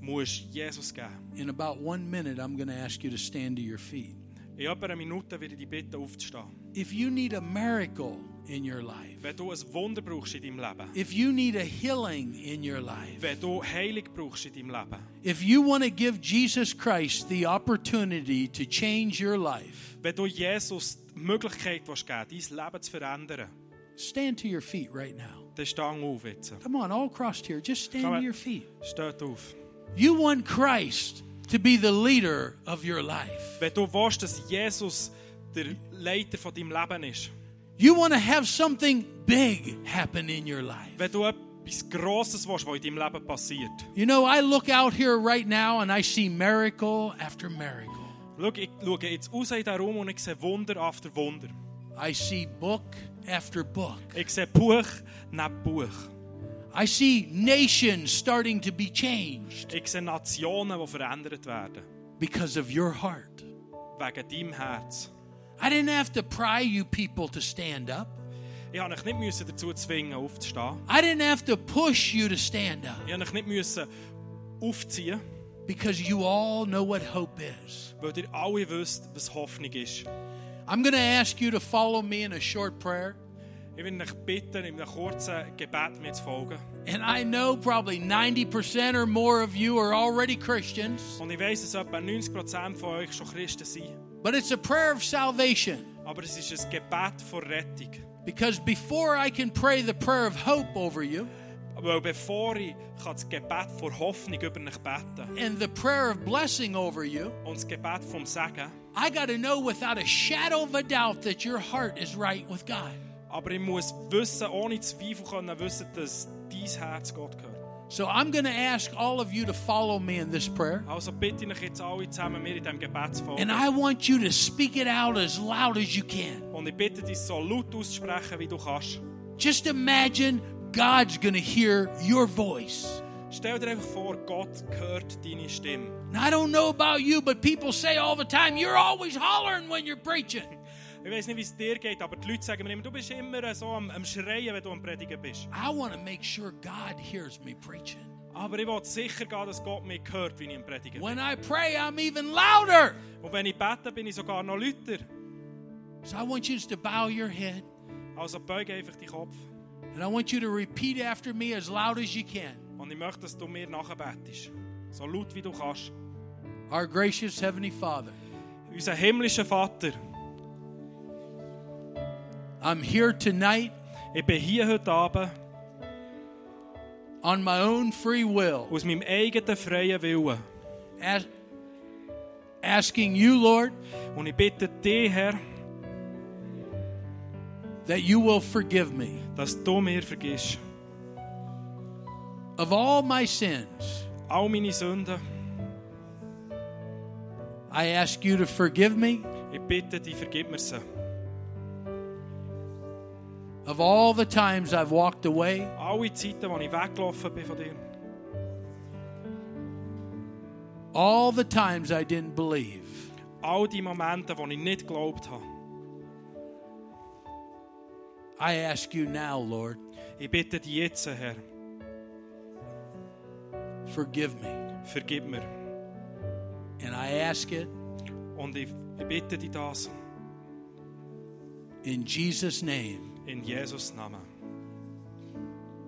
Speaker 2: musst Jesus geben
Speaker 1: in about one minute, I'm going to ask you to stand to your feet.
Speaker 2: in etwa einer Minute werde ich dich bitten, aufzustehen.
Speaker 1: If you need a miracle in your life,
Speaker 2: Wenn du ein Wunder brauchst in deinem Leben,
Speaker 1: if you need a healing in your life,
Speaker 2: wenn du Heilung brauchst in deinem Leben,
Speaker 1: if you want to give Jesus Christ the opportunity to change your life,
Speaker 2: wenn du Jesus die Möglichkeit willst geben dein Leben zu verändern,
Speaker 1: stand to your feet right now.
Speaker 2: dann steh auf jetzt.
Speaker 1: Come on, all crossed here. Just stand
Speaker 2: Come
Speaker 1: to
Speaker 2: on.
Speaker 1: your feet.
Speaker 2: Steht auf.
Speaker 1: You want Christ to be the leader of your life.
Speaker 2: Wenn du willst, dass Jesus der Leiter von deinem Leben ist,
Speaker 1: You want to have something big happen in your life.
Speaker 2: wenn du etwas Grosses willst, was in deinem Leben passiert,
Speaker 1: You know, I look out here right now and I see miracle after miracle.
Speaker 2: Schau, ich schaue jetzt raus in diesen Raum und ich sehe Wunder after Wunder.
Speaker 1: I see book after book.
Speaker 2: Ich sehe Buch neben Buch.
Speaker 1: I see nations starting to be changed
Speaker 2: Ich sehe Nationen, die verändert werden.
Speaker 1: because of your heart.
Speaker 2: Wegen deinem Herz.
Speaker 1: I didn't have to pry you people to stand up.
Speaker 2: Ich habe euch nicht müssen dazu zwingen, aufzustehen.
Speaker 1: I didn't have to push you to stand up
Speaker 2: Ich habe euch nicht müssen aufziehen,
Speaker 1: because you all know what hope is.
Speaker 2: weil ihr alle wisst, was Hoffnung ist.
Speaker 1: I'm going to ask you to follow me in a short prayer.
Speaker 2: Ich will euch bitten, in einem kurzen Gebet mir zu folgen.
Speaker 1: And I know probably 90% or more of you are already Christians,
Speaker 2: Und ich weiss, dass etwa 90% von euch schon Christen sind.
Speaker 1: but it's a prayer of salvation
Speaker 2: Aber es ist ein Gebet vor Rettung.
Speaker 1: because before I can pray the prayer of hope over you,
Speaker 2: Weil bevor ich kann das Gebet vor Hoffnung über mich beten
Speaker 1: and the prayer of blessing over you,
Speaker 2: und das Gebet vom Segen,
Speaker 1: I got to know without a shadow of a doubt that your heart is right with God.
Speaker 2: aber ich muss wissen, ohne Zweifel können wissen, dass dein Herz Gott gehört.
Speaker 1: So I'm going to ask all of you to follow me in this prayer.
Speaker 2: Also bitte ich jetzt alle zusammen, mir in diesem Gebet zu
Speaker 1: And
Speaker 2: folgen.
Speaker 1: I want you to speak it out as loud as you can.
Speaker 2: Und ich bitte dich, so laut auszusprechen, wie du kannst.
Speaker 1: Just imagine God's going to hear your voice.
Speaker 2: Stell dir einfach vor, Gott hört deine Stimme.
Speaker 1: And I don't know about you, but people say all the time, you're always hollering when you're preaching.
Speaker 2: Ich weiß nicht, wie es dir geht, aber die Leute sagen mir immer, du bist immer so am, am Schreien, wenn du am Predigen bist.
Speaker 1: I want to make sure God hears me preaching.
Speaker 2: Aber ich will sicher gehen, dass Gott mich hört, wie ich am Predigen bin.
Speaker 1: When I pray, I'm even louder.
Speaker 2: Und wenn ich bete, bin ich sogar noch lauter.
Speaker 1: So I want you just to bow your head
Speaker 2: Also beuge einfach deinen Kopf.
Speaker 1: and I want you to repeat after me as loud as you can.
Speaker 2: Und ich möchte, dass du mir nachbetest. So laut, wie du kannst.
Speaker 1: Our gracious Heavenly Father,
Speaker 2: Unser himmlischer Vater,
Speaker 1: I'm here tonight
Speaker 2: ich bin hier heute Abend
Speaker 1: on my own free will.
Speaker 2: aus meinem eigenen freien Willen.
Speaker 1: as- asking you, Lord,
Speaker 2: Und ich bitte dich, Herr,
Speaker 1: that you will forgive me
Speaker 2: dass du mir vergisst.
Speaker 1: of all my sins.
Speaker 2: All meine Sünden.
Speaker 1: I ask you to forgive me
Speaker 2: Ich bitte dich, vergib mir sie.
Speaker 1: of all the times I've walked away,
Speaker 2: Alle Zeiten, wo ich weggelaufen bin von dir.
Speaker 1: all the times I didn't believe.
Speaker 2: All die Momente, wo ich nicht geglaubt habe.
Speaker 1: I ask you now, Lord,
Speaker 2: Ich bitte dich jetzt, Herr,
Speaker 1: forgive me.
Speaker 2: vergib mir.
Speaker 1: And I ask it
Speaker 2: Und ich, ich bitte dich das
Speaker 1: in Jesus' name.
Speaker 2: in Jesus' Namen.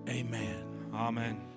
Speaker 1: Amen.
Speaker 2: Amen.